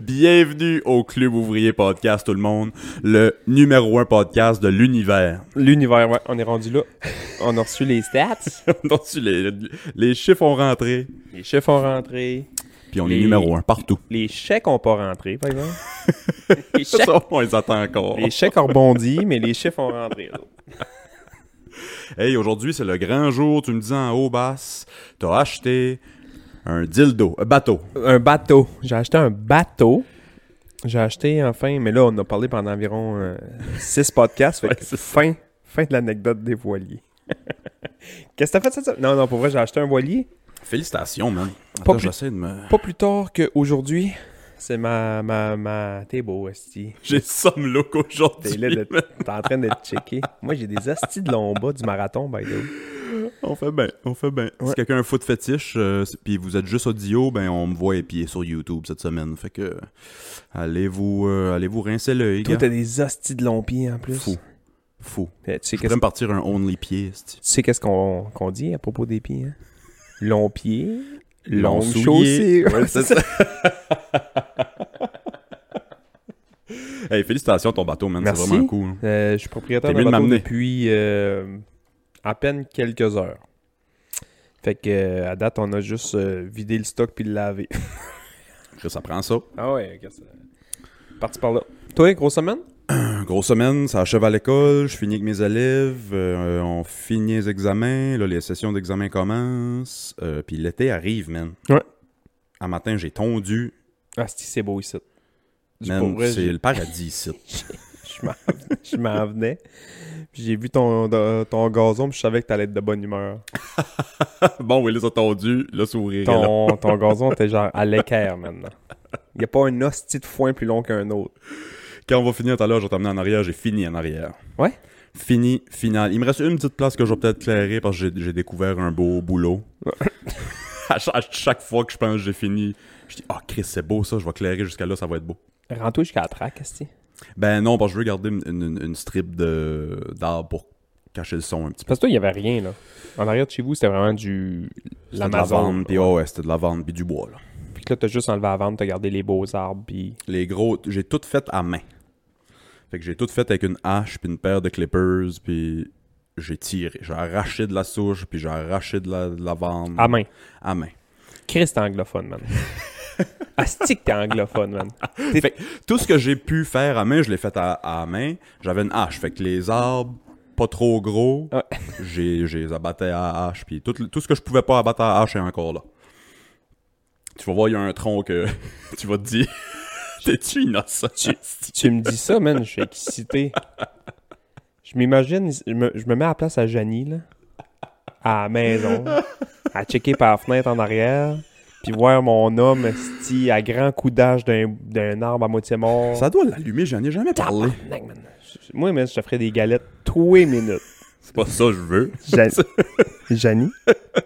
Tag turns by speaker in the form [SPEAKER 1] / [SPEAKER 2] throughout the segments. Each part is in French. [SPEAKER 1] Bienvenue au Club Ouvrier Podcast, tout le monde. Le numéro un podcast de l'univers.
[SPEAKER 2] L'univers, ouais, on est rendu là. On a reçu les stats.
[SPEAKER 1] Donc, tu- les, les chiffres ont rentré,
[SPEAKER 2] Les chiffres ont rentré.
[SPEAKER 1] puis on est
[SPEAKER 2] Les-
[SPEAKER 1] numéro un partout.
[SPEAKER 2] Les chèques ont pas rentré, par exemple. Les chèques,
[SPEAKER 1] Ça, on les attend encore.
[SPEAKER 2] les chèques ont rebondi, mais les chiffres ont rentré. eux autres.
[SPEAKER 1] Hey, aujourd'hui, c'est le grand jour. Tu me dis en haut basse, t'as acheté un dildo, un bateau.
[SPEAKER 2] Un bateau. J'ai acheté un bateau. J'ai acheté, enfin, mais là, on a parlé pendant environ 6 podcasts. Fait que fin, fin de l'anecdote des voiliers. Qu'est-ce que t'as fait ça? ça? Non, non, pour vrai, j'ai acheté un voilier.
[SPEAKER 1] Félicitations, man.
[SPEAKER 2] Pas
[SPEAKER 1] Attends,
[SPEAKER 2] plus-
[SPEAKER 1] j'essaie de me...
[SPEAKER 2] Pas plus tard qu'aujourd'hui. C'est ma, ma, ma... T'es beau, Esti.
[SPEAKER 1] J'ai somme look
[SPEAKER 2] T'es
[SPEAKER 1] aujourd'hui.
[SPEAKER 2] là, de- t'es en train de te checker. Moi, j'ai des astis de long bas du marathon, by the way.
[SPEAKER 1] On fait bien, on fait bien. Si quelqu'un a un foot fétiche, euh, c'est- puis vous êtes juste audio, ben on me voit épier sur YouTube cette semaine. Fait que euh, allez vous, euh, allez vous rincer l'œil,
[SPEAKER 2] Toi,
[SPEAKER 1] gars.
[SPEAKER 2] t'as des astis de long pied en plus.
[SPEAKER 1] Fou. Fou.
[SPEAKER 2] Eh, tu
[SPEAKER 1] Je
[SPEAKER 2] sais
[SPEAKER 1] pourrais
[SPEAKER 2] qu'est-ce
[SPEAKER 1] me partir un only pied, c'ti.
[SPEAKER 2] tu sais qu'est-ce qu'on qu'on dit à propos des pieds, hein? Long pied,
[SPEAKER 1] Long
[SPEAKER 2] long
[SPEAKER 1] soulier.
[SPEAKER 2] chaussée.
[SPEAKER 1] Ouais, c'est ça. Hey, félicitations ton bateau, man. C'est
[SPEAKER 2] Merci.
[SPEAKER 1] vraiment cool.
[SPEAKER 2] Euh, je suis propriétaire
[SPEAKER 1] T'as
[SPEAKER 2] d'un
[SPEAKER 1] mieux de
[SPEAKER 2] bateau
[SPEAKER 1] m'amener.
[SPEAKER 2] depuis euh, à peine quelques heures. Fait que euh, à date, on a juste euh, vidé le stock puis le lavé.
[SPEAKER 1] Chris, Ça prend ça.
[SPEAKER 2] Ah ouais, ok, ça- Parti par là. Toi, grosse semaine?
[SPEAKER 1] Grosse semaine, ça achève à l'école, je finis avec mes élèves, euh, on finit les examens, là, les sessions d'examen commencent, euh, puis l'été arrive, man.
[SPEAKER 2] Ouais.
[SPEAKER 1] Un matin, j'ai tondu,
[SPEAKER 2] Asti, c'est beau ici. Du
[SPEAKER 1] man,
[SPEAKER 2] pour vrai,
[SPEAKER 1] c'est
[SPEAKER 2] j'ai-
[SPEAKER 1] le paradis ici.
[SPEAKER 2] Je m'en- je m'en venais. Puis j'ai vu ton, ton- ton gazon, puis je savais que t'allais être de bonne humeur.
[SPEAKER 1] bon, Willis a tondu, le sourire est là.
[SPEAKER 2] Ton, ton gazon était genre à l'équerre maintenant. Il n'y a pas un hostie de foin plus long qu'un autre.
[SPEAKER 1] Quand on va finir tout à l'heure, je vais t'emmener en arrière, j'ai fini en arrière.
[SPEAKER 2] Ouais?
[SPEAKER 1] Fini, final. Il me reste une petite place que je vais peut-être clairer parce que j'ai- j'ai découvert un beau boulot. à, cha- à chaque fois que je pense que j'ai fini, je dis « Ah, Chris, c'est beau ça, je vais clairer jusqu'à là, ça va être beau. »
[SPEAKER 2] Rends-toi jusqu'à la traque, esti.
[SPEAKER 1] Ben non, parce que je veux garder une, une- une- une strip de d'arbre pour cacher le son un petit peu.
[SPEAKER 2] Parce que toi, il n'y avait rien, là. En arrière de chez vous, c'était vraiment du.
[SPEAKER 1] C'était de la
[SPEAKER 2] L'Amazon.
[SPEAKER 1] vente,
[SPEAKER 2] Puis
[SPEAKER 1] puis oh ouais, c'était de la vente, puis du bois. Là.
[SPEAKER 2] puis que là, t'as juste enlevé la vente, t'as gardé les beaux arbres, puis.
[SPEAKER 1] Les gros, t- j'ai tout fait à main. Fait que j'ai tout fait avec une hache, puis une paire de clippers, puis j'ai tiré. J'ai arraché de la souche, puis j'ai arraché de la, de la vente
[SPEAKER 2] À main.
[SPEAKER 1] à main.
[SPEAKER 2] Chris, t'es anglophone, man. Asti que t'es anglophone, man. T'es-
[SPEAKER 1] Fait que tout ce que j'ai pu faire à main, je l'ai fait à, à main. J'avais une hache, fait que les arbres, pas trop gros,
[SPEAKER 2] Ouais.
[SPEAKER 1] j'ai j'ai les abattais à la hache. Puis tout, le- tout ce que je pouvais pas abattre à la hache est encore là. Tu vas voir, il y a un tronc que tu vas te dire. T'es-tu innocent?
[SPEAKER 2] Si tu me dis ça, man, je suis excité. Je m'imagine, je me, je me mets à la place à Janie, là, à la maison, à checker par la fenêtre en arrière, puis voir mon homme, esti, à grand coup d'âge d'un d'un arbre à moitié mort.
[SPEAKER 1] Ça doit l'allumer, j'en ai jamais parlé.
[SPEAKER 2] Tabarnak, man. Je- Moi, man, je te ferais des galettes tous les minutes.
[SPEAKER 1] C'est pas ça que je veux.
[SPEAKER 2] Jan- Janie,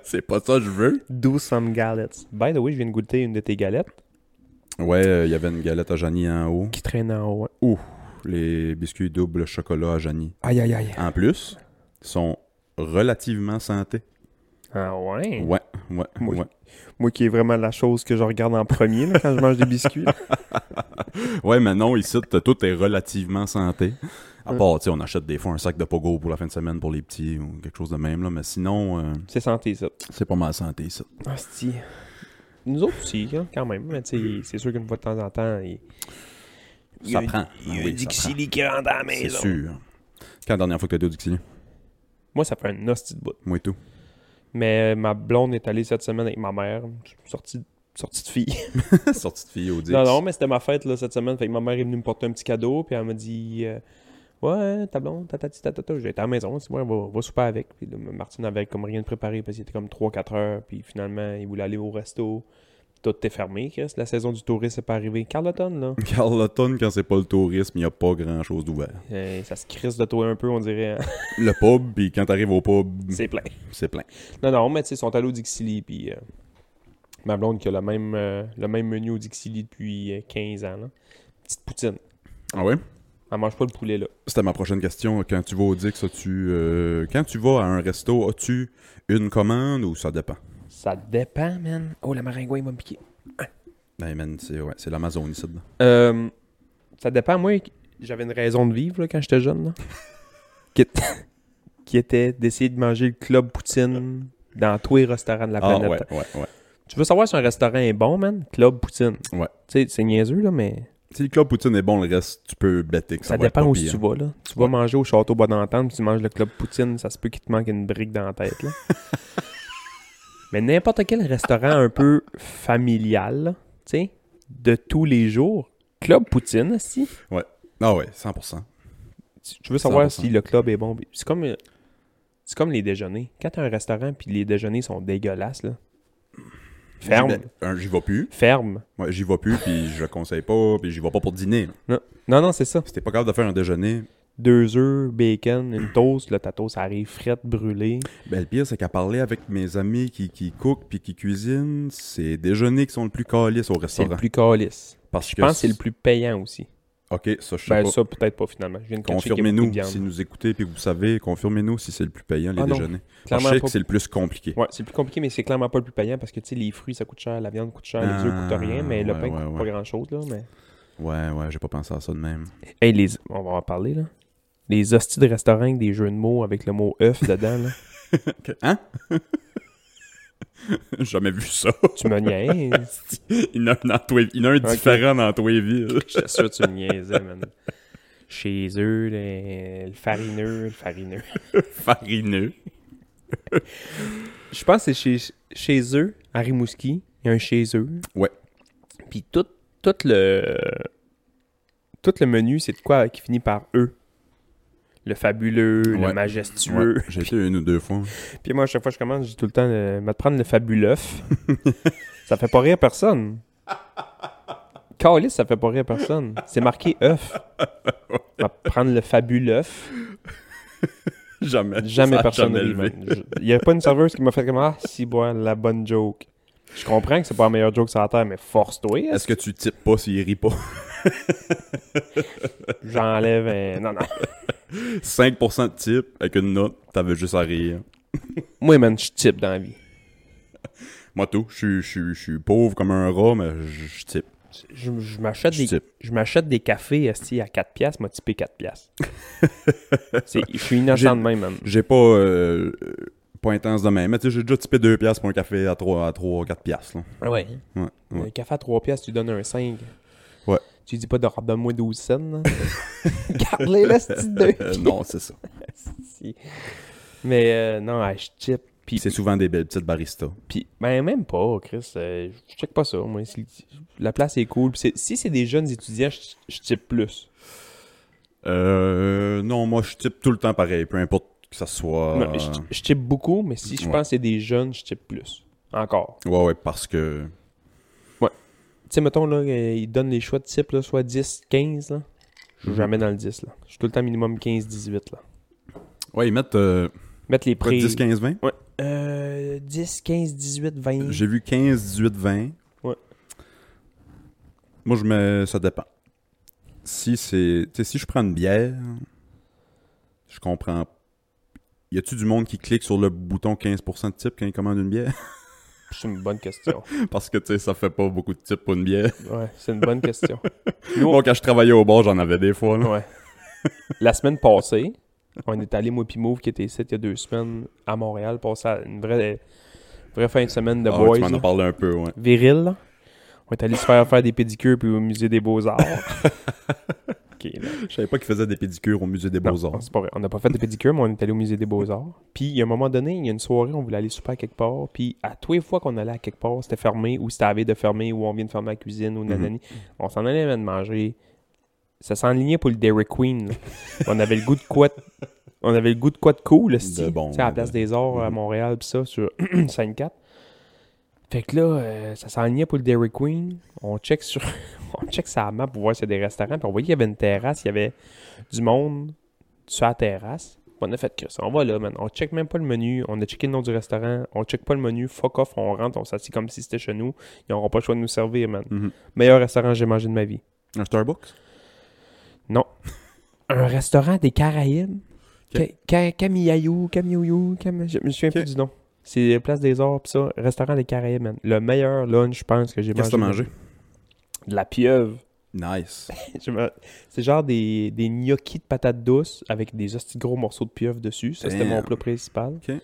[SPEAKER 1] C'est pas ça que je veux.
[SPEAKER 2] do some galettes. By the way, je viens de goûter une de tes galettes
[SPEAKER 1] Ouais, euh, il y avait une galette à Janie en haut.
[SPEAKER 2] qui traîne en haut. hein.
[SPEAKER 1] Ouh, les biscuits double chocolat à Janie.
[SPEAKER 2] Aïe, aïe, aïe.
[SPEAKER 1] En plus, sont relativement santé.
[SPEAKER 2] Ah ouais?
[SPEAKER 1] Ouais, ouais,
[SPEAKER 2] Moi,
[SPEAKER 1] ouais.
[SPEAKER 2] Moi qui est vraiment la chose que je regarde en premier là, quand je mange des biscuits. là.
[SPEAKER 1] Ouais, mais non, ici, t- tout est relativement santé. À part, tu sais, on achète des fois un sac de pogo pour la fin de semaine pour les petits ou quelque chose de même, là. Mais sinon, euh,
[SPEAKER 2] C'est santé, ça.
[SPEAKER 1] c'est pas mal santé, ça.
[SPEAKER 2] Hostie. Nous autres aussi, hein, quand même. Mais tu sais, c'est sûr qu'une fois de temps en temps, il, il y a Ah
[SPEAKER 1] Ça
[SPEAKER 2] un-
[SPEAKER 1] prend.
[SPEAKER 2] Il y a
[SPEAKER 1] Oui, ça
[SPEAKER 2] un
[SPEAKER 1] prend.
[SPEAKER 2] Dixili qui rentre à la
[SPEAKER 1] C'est
[SPEAKER 2] maison.
[SPEAKER 1] sûr. Quand la dernière fois que t'as été au Dixili?
[SPEAKER 2] Moi, ça fait un hostie de bout.
[SPEAKER 1] Moi et tout.
[SPEAKER 2] Mais euh, ma blonde est allée cette semaine avec ma mère. Sortie, sortie de fille.
[SPEAKER 1] Sortie de fille au Dix.
[SPEAKER 2] non, non, mais c'était ma fête là, cette semaine. Fait que ma mère est venue me porter un petit cadeau. Puis elle m'a dit euh, Ouais, ta blonde, tatati, tatata. J'étais à la maison. C'est moi, on va, va souper avec. Puis là, Martine avait comme rien de préparé parce qu'il était comme 3-4 heures. Puis finalement, il voulait aller au resto. Tout était fermé, Chris. La saison du tourisme n'est pas arrivée. Carleton, là.
[SPEAKER 1] Carleton, quand c'est pas le tourisme, y a pas grand chose d'ouvert.
[SPEAKER 2] Euh, ça se crisse de toi un peu, on dirait. hein.
[SPEAKER 1] Le pub, puis quand t'arrives au pub,
[SPEAKER 2] C'est plein.
[SPEAKER 1] c'est plein.
[SPEAKER 2] Non, non, mais tu sais, ils sont allés au Dixili, puis euh, ma blonde qui a le même, euh, le même menu au Dixili depuis euh, 15 ans. là. Petite poutine.
[SPEAKER 1] Ah ouais?
[SPEAKER 2] Elle mange pas le poulet, là.
[SPEAKER 1] C'était ma prochaine question. Quand tu vas au Dix, as-tu. euh, quand tu vas à un resto, as-tu une commande ou ça dépend?
[SPEAKER 2] Ça dépend, man. Oh, la maringouille m'a piqué.
[SPEAKER 1] Ben, man, c'est ouais, c'est l'Amazonie, ça. dedans.
[SPEAKER 2] Euh, ça dépend, moi, j'avais une raison de vivre là, quand j'étais jeune. là. qui, était, qui était d'essayer de manger le club poutine dans tous les restaurants de la
[SPEAKER 1] Ah,
[SPEAKER 2] planète.
[SPEAKER 1] ouais, ouais, ouais.
[SPEAKER 2] Tu veux savoir si un restaurant est bon, man? Club poutine.
[SPEAKER 1] Ouais.
[SPEAKER 2] Tu sais, c'est niaiseux, là, mais
[SPEAKER 1] Si le club Poutine est bon, le reste, tu peux bêter que ça,
[SPEAKER 2] ça,
[SPEAKER 1] va être
[SPEAKER 2] dépend
[SPEAKER 1] pas
[SPEAKER 2] où
[SPEAKER 1] pire.
[SPEAKER 2] tu vas, là. Tu vas manger au Château Bois d'Entente, puis tu manges le club poutine, ça se peut qu'il te manque une brique dans la tête, là. mais n'importe quel restaurant un peu familial, là, tu sais, de tous les jours, club poutine, si...
[SPEAKER 1] Ah ouais, 100%.
[SPEAKER 2] tu tu veux savoir
[SPEAKER 1] 100%.
[SPEAKER 2] si le club est bon. puis C'est comme, euh, c'est comme les déjeuners. Quand t'as un restaurant puis les déjeuners sont dégueulasses, là. Ferme.
[SPEAKER 1] J'y vais- un, J'y vais plus.
[SPEAKER 2] Ferme.
[SPEAKER 1] Ouais, j'y vais plus, puis je le conseille pas, puis j'y vais pas pour dîner.
[SPEAKER 2] Non, non, non, c'est ça.
[SPEAKER 1] Si t'es pas capable de faire un déjeuner,
[SPEAKER 2] Deux œufs, bacon, une toast. Là, ta toast arrive frette, brûlée.
[SPEAKER 1] ben le pire, c'est qu'à parler avec mes amis qui, qui cookent puis qui cuisinent, c'est déjeuners qui sont le plus calice au
[SPEAKER 2] C'est le
[SPEAKER 1] restaurant.
[SPEAKER 2] plus calice.
[SPEAKER 1] Parce
[SPEAKER 2] Je pense que c'est le plus payant aussi.
[SPEAKER 1] Ok, ça, je sais
[SPEAKER 2] Ben,
[SPEAKER 1] pas.
[SPEAKER 2] ça, peut-être pas finalement. Je viens de catcher qu'il y a beaucoup
[SPEAKER 1] Confirmez-nous
[SPEAKER 2] de viande.
[SPEAKER 1] si nous écoutez puis que vous savez, confirmez-nous si c'est le plus payant les
[SPEAKER 2] Ah non,
[SPEAKER 1] déjeuners. Moi, je
[SPEAKER 2] Clairement
[SPEAKER 1] sais
[SPEAKER 2] pas-
[SPEAKER 1] que c'est le plus compliqué.
[SPEAKER 2] Ouais, c'est le plus compliqué, mais c'est clairement pas le plus payant parce que tu sais, les fruits ça coûte cher, la viande coûte cher, les œufs
[SPEAKER 1] Ah,
[SPEAKER 2] coûtent rien, mais le
[SPEAKER 1] ouais,
[SPEAKER 2] pain
[SPEAKER 1] ouais,
[SPEAKER 2] coûte
[SPEAKER 1] ouais.
[SPEAKER 2] pas grand chose là. Mais...
[SPEAKER 1] Ouais, ouais, j'ai pas pensé à ça de même.
[SPEAKER 2] Hey, les... on va en parler, là. Les hosties de restaurant avec des jeux de mots avec le mot œuf dedans, là.
[SPEAKER 1] Hein? J'ai Jamais vu ça.
[SPEAKER 2] Tu me niaises.
[SPEAKER 1] Il y en a un, dans tous les- il y en a un
[SPEAKER 2] Ok.
[SPEAKER 1] différent dans tous les villes.
[SPEAKER 2] J'étais sûr que tu me niaisais, man. Chez eux, les- le farineux, le farineux.
[SPEAKER 1] Farineux.
[SPEAKER 2] Je pense que c'est chez... chez eux, à Rimouski, il y a un chez eux.
[SPEAKER 1] Ouais.
[SPEAKER 2] Puis tout, tout le... Tout le menu, c'est de quoi qui finit par eux. Le fabuleux,
[SPEAKER 1] Ouais.
[SPEAKER 2] le majestueux.
[SPEAKER 1] Ouais, j'ai été une ou deux fois.
[SPEAKER 2] Puis moi, à chaque fois que je commence, je dis tout le temps, euh, va te prendre le fabuleux. ça fait pas rire personne. Calis, ça fait pas rire personne. C'est marqué œuf. Va te prendre le fabuleux.
[SPEAKER 1] Jamais.
[SPEAKER 2] Jamais
[SPEAKER 1] Ça a
[SPEAKER 2] personne ne
[SPEAKER 1] jamais
[SPEAKER 2] rit,
[SPEAKER 1] levé.
[SPEAKER 2] man. Je- Il y a pas une serveuse qui m'a fait comme Ah, si, bois, la bonne joke. Je comprends que c'est pas la meilleure joke sur la terre, mais force-toi.
[SPEAKER 1] Est-ce que tu types pas s'il rit pas?
[SPEAKER 2] J'enlève un. Non, non.
[SPEAKER 1] 5% de type avec une note, t'avais juste à rire.
[SPEAKER 2] Moi, man, je type dans la vie.
[SPEAKER 1] Moi, tout, je suis- je suis- je suis pauvre comme un rat, mais je je type.
[SPEAKER 2] Je, je m'achète
[SPEAKER 1] Je
[SPEAKER 2] des,
[SPEAKER 1] type.
[SPEAKER 2] je m'achète des cafés esti, à 4 piastres, m'a typé 4 piastres. C'est- Je suis
[SPEAKER 1] J'ai-
[SPEAKER 2] innocent de même, man.
[SPEAKER 1] J'ai pas euh, euh, pas intense de même, mais tu sais, j'ai déjà typé 2 piastres pour un café à 3 à 3 4 piastres. là.
[SPEAKER 2] Ah ouais.
[SPEAKER 1] Ouais, ouais.
[SPEAKER 2] Un café à 3 piastres, tu donnes un 5.
[SPEAKER 1] Ouais.
[SPEAKER 2] Tu dis pas de donne-moi 12 cents. là. Garde-les là, c'est deux.
[SPEAKER 1] Euh, non, c'est ça.
[SPEAKER 2] Mais euh, non, ouais, je chip. Puis,
[SPEAKER 1] C'est souvent des belles petites baristas.
[SPEAKER 2] puis- ben même pas, Chris. euh, je check pas ça. Moi, Si- la place est cool. Puis c'est- si c'est des jeunes étudiants, je, je chip plus.
[SPEAKER 1] Euh, non, moi je type tout le temps pareil, peu importe que ça soit
[SPEAKER 2] Non, je, je chip beaucoup, mais si je
[SPEAKER 1] Ah. Ouais.
[SPEAKER 2] pense que c'est des jeunes, je chip plus. Encore.
[SPEAKER 1] Ouais ouais, parce que
[SPEAKER 2] Tu sais, mettons, là, euh, ils donnent les choix de type, là, soit 10, 15, là. Je suis jamais dans le 10, là. Je suis tout le temps minimum 15, 18, là.
[SPEAKER 1] ouais, ils mettent euh,
[SPEAKER 2] Mettre les
[SPEAKER 1] quoi,
[SPEAKER 2] prix.
[SPEAKER 1] 10 15 20.
[SPEAKER 2] Ouais. Euh, 10, 15, 18, 20.
[SPEAKER 1] Euh, J'ai vu 15 18 20.
[SPEAKER 2] Ouais.
[SPEAKER 1] Moi je mets ça dépend. Si c'est tu sais si je prends une bière, je comprends Y a-tu du monde qui clique sur le bouton 15% de type quand il commande une bière?
[SPEAKER 2] C'est une bonne question.
[SPEAKER 1] Parce que, tu sais, ça fait pas beaucoup de types pour une bière.
[SPEAKER 2] Ouais, c'est une bonne question.
[SPEAKER 1] Moi, quand je travaillais au bar, j'en avais des fois, là.
[SPEAKER 2] Ouais. La semaine passée, on est allé, moi puis Mauve, qui était ici il y a deux semaines, à Montréal, passer à une vraie, vraie fin de semaine de
[SPEAKER 1] Ah,
[SPEAKER 2] boys.
[SPEAKER 1] tu m'en
[SPEAKER 2] là.
[SPEAKER 1] as parlé un peu, ouais.
[SPEAKER 2] Viril, là. On est allé se faire faire des pédicures puis au musée des beaux-arts. ok, là.
[SPEAKER 1] Je savais pas qu'ils faisaient des pédicures au musée des
[SPEAKER 2] Non,
[SPEAKER 1] Beaux-Arts.
[SPEAKER 2] c'est pas vrai. On n'a pas fait de pédicure, mais on est allé au musée des Beaux-Arts. Puis, il y a un moment donné, il y a une soirée, on voulait aller souper à quelque part. Puis, à toutes les fois qu'on allait à quelque part, c'était fermé, ou c'était à la veille de fermer, ou on vient de fermer la cuisine,
[SPEAKER 1] Mhm.
[SPEAKER 2] ou nanani. On s'en allait même manger. Ça s'enlignait pour le Dairy Queen. là. on avait le goût de quoi de- On avait le goût de quoi de cool,
[SPEAKER 1] De
[SPEAKER 2] sti.
[SPEAKER 1] bon, Mhm.
[SPEAKER 2] Tu sais, à la
[SPEAKER 1] de-
[SPEAKER 2] place des Arts à Montréal, puis ça, sur 5-4. Fait que là, euh, ça s'enlignait pour le Dairy Queen. On check sur on check sa map pour voir s'il y a des restaurants. Puis on voyait qu'il y avait une terrasse, il y avait du monde sur la terrasse. Puis On a fait que ça. On va là, man. On check même pas le menu. On a checké le nom du restaurant. On check pas le menu. Fuck off. On rentre. On s'assied comme si c'était chez nous. Ils n'auront pas le choix de nous servir, man.
[SPEAKER 1] Mhm.
[SPEAKER 2] Meilleur restaurant que j'ai mangé de ma vie.
[SPEAKER 1] Un Starbucks?
[SPEAKER 2] Non. Un restaurant des Caraïbes.
[SPEAKER 1] Ok.
[SPEAKER 2] Camillayou, Camillayou, Cam... je me souviens
[SPEAKER 1] Ok.
[SPEAKER 2] plus du nom. C'est Place des Arts, pis ça, Restaurant des Caraïbes, man. Le meilleur lunch, je pense, que j'ai
[SPEAKER 1] Qu'est-ce que t'as
[SPEAKER 2] mangé.
[SPEAKER 1] mangé?
[SPEAKER 2] De la pieuvre.
[SPEAKER 1] Nice.
[SPEAKER 2] Je me- C'est genre des, des gnocchis de patates douces avec des hosties de gros morceaux de pieuvre dessus. Ça, c'était
[SPEAKER 1] Damn.
[SPEAKER 2] mon plat principal.
[SPEAKER 1] Ok.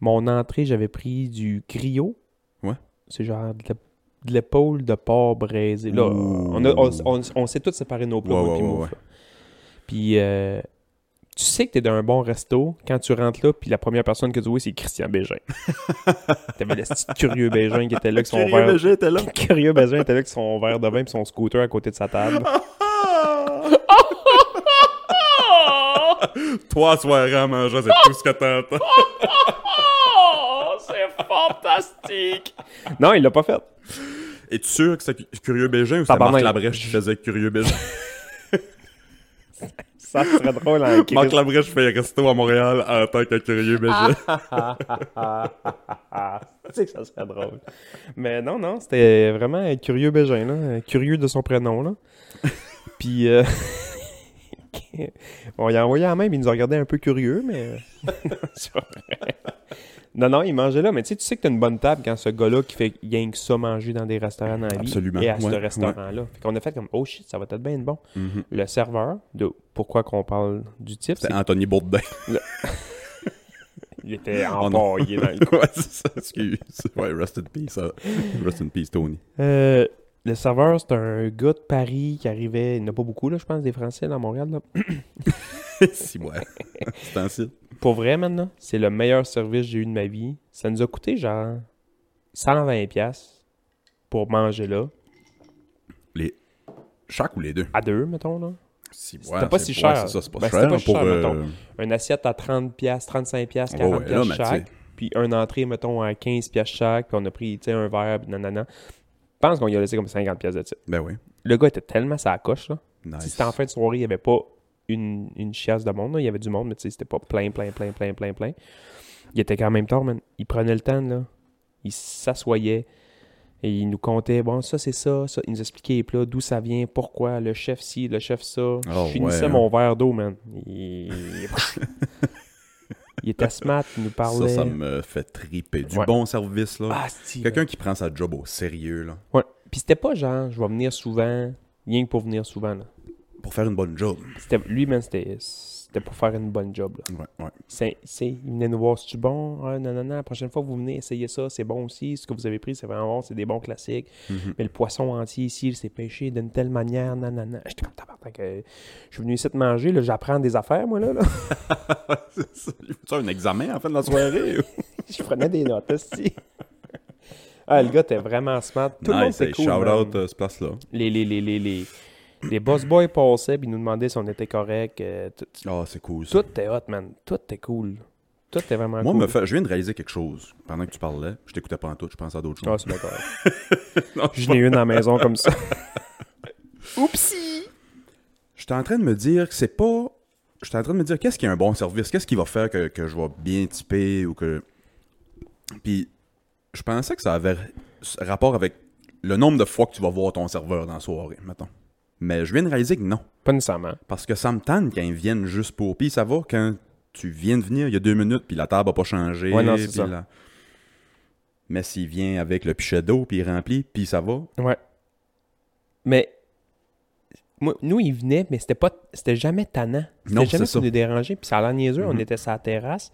[SPEAKER 2] Mon entrée, j'avais pris du griot.
[SPEAKER 1] Ouais.
[SPEAKER 2] C'est genre de, la- de l'épaule de porc braisé. Là,
[SPEAKER 1] Ouh.
[SPEAKER 2] on, a- on, on- on s'est tous séparés nos plats,
[SPEAKER 1] Ouais,
[SPEAKER 2] moi
[SPEAKER 1] ouais,
[SPEAKER 2] puis
[SPEAKER 1] ouais,
[SPEAKER 2] Mouf,
[SPEAKER 1] ouais.
[SPEAKER 2] là. Puis, euh, tu sais que t'es dans un bon resto quand tu rentres là, puis la première personne que tu vois, c'est Christian Bégin. T'avais le petit curieux Bégin qui était là, avec son
[SPEAKER 1] Curieux
[SPEAKER 2] verre.
[SPEAKER 1] Bégin était là.
[SPEAKER 2] Curieux Bégin était là, avec son verre de vin, puis son scooter à côté de sa table.
[SPEAKER 1] Trois soirées à manger, c'est tout ce que t'entends.
[SPEAKER 2] Oh, c'est fantastique! Non, il l'a pas fait.
[SPEAKER 1] Es-tu sûr que c'est Curieux Bégin ou c'est
[SPEAKER 2] Tabarnak.
[SPEAKER 1] Marc Labrèche qui faisait Curieux Bégin?
[SPEAKER 2] Ça serait drôle en crise.
[SPEAKER 1] Marc Labrèche fait resto à Montréal en tant que Curieux Bégin.
[SPEAKER 2] Tu sais que ça serait drôle. Mais non, non, c'était vraiment un curieux Bégin, là. un Curieux de son prénom, là. Puis, euh, on y a envoyé la même, il nous a regardé un peu curieux, mais... C'est pas vrai. non, non, il mangeait là. Mais tu sais, tu sais que t'as une bonne table quand ce gars-là qui fait rien que ça manger dans des restaurants dans la vie.
[SPEAKER 1] Absolument,
[SPEAKER 2] Et à ce
[SPEAKER 1] ouais,
[SPEAKER 2] restaurant-là. Fait qu'on a fait comme, oh shit, ça va être bien bon. Le serveur, de pourquoi qu'on parle du type, c'est
[SPEAKER 1] Mhm. C'est Anthony Bourdin.
[SPEAKER 2] qu'il était
[SPEAKER 1] Oh non.
[SPEAKER 2] empaillé dans le
[SPEAKER 1] ouais, c'est ça, excuse. Ouais, rest in peace. hein. Rest in peace, Tony.
[SPEAKER 2] Euh, le serveur, c'est un gars de Paris qui arrivait. Il n'y en a pas beaucoup, là, je pense, des Français là, à Montréal. Là.
[SPEAKER 1] si, ouais. C'est un site.
[SPEAKER 2] Pour vrai, maintenant, c'est le meilleur service que j'ai eu de ma vie. Ça nous a coûté genre 120$ piastres pour manger là.
[SPEAKER 1] Les... Chaque ou les deux?
[SPEAKER 2] À deux, mettons. là.
[SPEAKER 1] Si, ouais,
[SPEAKER 2] C'était pas
[SPEAKER 1] c'est-
[SPEAKER 2] si
[SPEAKER 1] ouais,
[SPEAKER 2] cher.
[SPEAKER 1] c'est ça, c'est pas
[SPEAKER 2] Ben, c'était
[SPEAKER 1] cher
[SPEAKER 2] pas
[SPEAKER 1] hein, pour.
[SPEAKER 2] cher,
[SPEAKER 1] euh,
[SPEAKER 2] mettons. Une assiette à 30$, piastres, 35$, piastres,
[SPEAKER 1] Oh, Ouais, ouais, là,
[SPEAKER 2] 40$ piastres
[SPEAKER 1] mais tu sais.
[SPEAKER 2] chaque. Puis un entrée, mettons, à 15$ piastres chaque. Puis on a pris tu sais, un verre, puis nanana. Je pense qu'on y a laissé comme 50$ piastres de ça.
[SPEAKER 1] Ben oui.
[SPEAKER 2] Le gars était tellement sa coche, là. Si
[SPEAKER 1] Nice.
[SPEAKER 2] c'était en fin de soirée, il n'y avait pas une, une chiasse de monde. là. Il y avait du monde, mais tu sais, c'était pas plein, plein, plein, plein, plein, plein. Il était quand même tard, man. Il prenait le temps, là. Il s'assoyait et il nous comptait, bon, ça, c'est ça, ça. Il nous expliquait les plats, d'où ça vient, pourquoi, le chef ci, le chef ça.
[SPEAKER 1] Oh,
[SPEAKER 2] Je finissais
[SPEAKER 1] ouais,
[SPEAKER 2] mon verre d'eau, man. Il... il était smart, il nous parlait.
[SPEAKER 1] Ça, ça me fait triper. Du
[SPEAKER 2] Ouais.
[SPEAKER 1] bon service, là.
[SPEAKER 2] Ah, si,
[SPEAKER 1] Quelqu'un qui prend sa job au sérieux, là.
[SPEAKER 2] ouais. Puis c'était pas genre, je vais venir souvent, rien que pour venir souvent, là.
[SPEAKER 1] Pour faire une bonne job.
[SPEAKER 2] C'était- Lui, man, c'était c'était pour faire une bonne job, là.
[SPEAKER 1] Ouais, ouais.
[SPEAKER 2] C'est, c'est, ils venaient nous voir, c'est-tu bon? Ah, non, non, non, la prochaine fois que vous venez, essayez ça, c'est bon aussi. Ce que vous avez pris, c'est vraiment bon, c'est des bons classiques.
[SPEAKER 1] Mhm.
[SPEAKER 2] Mais le poisson entier ici, c'est pêché d'une telle manière, non, non, non. J'étais comme tabarnak, euh, Je suis venu ici te manger, là, j'apprends des affaires, moi, là. là.
[SPEAKER 1] Il faut un examen en fin de la soirée.
[SPEAKER 2] je prenais des notes, aussi. ah, le gars était vraiment smart. Tout le monde
[SPEAKER 1] nice,
[SPEAKER 2] était
[SPEAKER 1] hey,
[SPEAKER 2] cool.
[SPEAKER 1] shout
[SPEAKER 2] man.
[SPEAKER 1] out euh, ce place-là.
[SPEAKER 2] Les, les, les, les, les, les boss boys passaient, puis ils nous demandaient si on était correct. euh, tout,
[SPEAKER 1] Ah, c'est cool. ça.
[SPEAKER 2] tout était hot, man. Tout était cool. Tout était vraiment
[SPEAKER 1] Moi,
[SPEAKER 2] cool.
[SPEAKER 1] me fait- je viens de réaliser quelque chose. Pendant que tu parlais, je t'écoutais pas en tout, je pensais à d'autres
[SPEAKER 2] Ah,
[SPEAKER 1] choses.
[SPEAKER 2] c'est d'accord. Je n'ai une à la maison comme ça. Oupsie!
[SPEAKER 1] J'étais en train de me dire que c'est pas. J'étais en train de me dire qu'est-ce qui est un bon service, qu'est-ce qui va faire que, que je vais bien typer ou que. Puis, je pensais que ça avait rapport avec le nombre de fois que tu vas voir ton serveur dans la soirée, mettons. Mais je viens de réaliser que non.
[SPEAKER 2] Pas nécessairement.
[SPEAKER 1] Parce que ça me tente quand ils viennent juste pour. Puis ça va quand tu viens de venir il y a deux minutes, puis la table n'a pas changé.
[SPEAKER 2] Ouais, non, c'est
[SPEAKER 1] puis
[SPEAKER 2] ça.
[SPEAKER 1] la- Mais s'il vient avec le pichet d'eau, puis il remplit, puis ça va.
[SPEAKER 2] Ouais. Mais moi, nous, ils venaient, mais c'était pas c'était jamais tannant.
[SPEAKER 1] Non,
[SPEAKER 2] C'était jamais
[SPEAKER 1] c'est ça. Mm-hmm.
[SPEAKER 2] pour nous déranger. Puis ça allait niaiseux, on était sur la terrasse.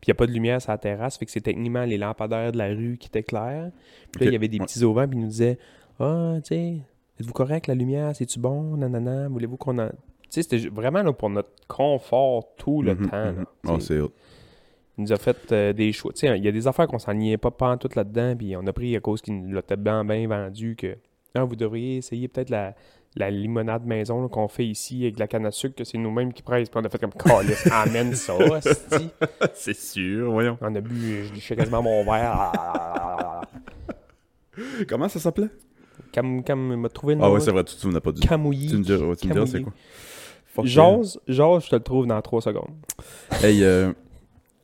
[SPEAKER 2] Puis il n'y a pas de lumière sur la terrasse. Fait que c'est techniquement les lampadaires de la rue qui étaient clairs. Puis là, il
[SPEAKER 1] Ok,
[SPEAKER 2] y avait des
[SPEAKER 1] ouais.
[SPEAKER 2] petits auvents, puis ils nous disaient Ah, tu sais, êtes-vous correct, la lumière, c'est-tu bon? Nanana, voulez-vous qu'on en. Tu sais, c'était ju- vraiment là, pour notre confort tout le
[SPEAKER 1] Mhm,
[SPEAKER 2] temps. là.
[SPEAKER 1] mhm.
[SPEAKER 2] Tu sais,
[SPEAKER 1] Ah, c'est hot.
[SPEAKER 2] Il nous a fait euh, des choix. Tu sais, il y a des affaires qu'on s'en niait pas pas tout là-dedans, puis on a pris à cause qu'il nous l'a bien, bien vendu que Ah, vous devriez essayer peut-être la, la limonade maison là, qu'on fait ici avec de la canne à sucre, que c'est nous-mêmes qui pressent. Puis on a fait comme Calice, amène ça, hostie.
[SPEAKER 1] c'est sûr, voyons.
[SPEAKER 2] On a bu, je lichais quasiment mon verre.
[SPEAKER 1] Comment ça s'appelait
[SPEAKER 2] Cam, cam, m'a trouvé une.
[SPEAKER 1] Ah, ouais, c'est vrai, tu te souviens pas du.
[SPEAKER 2] Camouillis.
[SPEAKER 1] Tu me diras, ouais, tu me diras c'est quoi. Fuck
[SPEAKER 2] J'ose, j'ose, je te le trouve dans 3 secondes.
[SPEAKER 1] yeah. Hey, euh,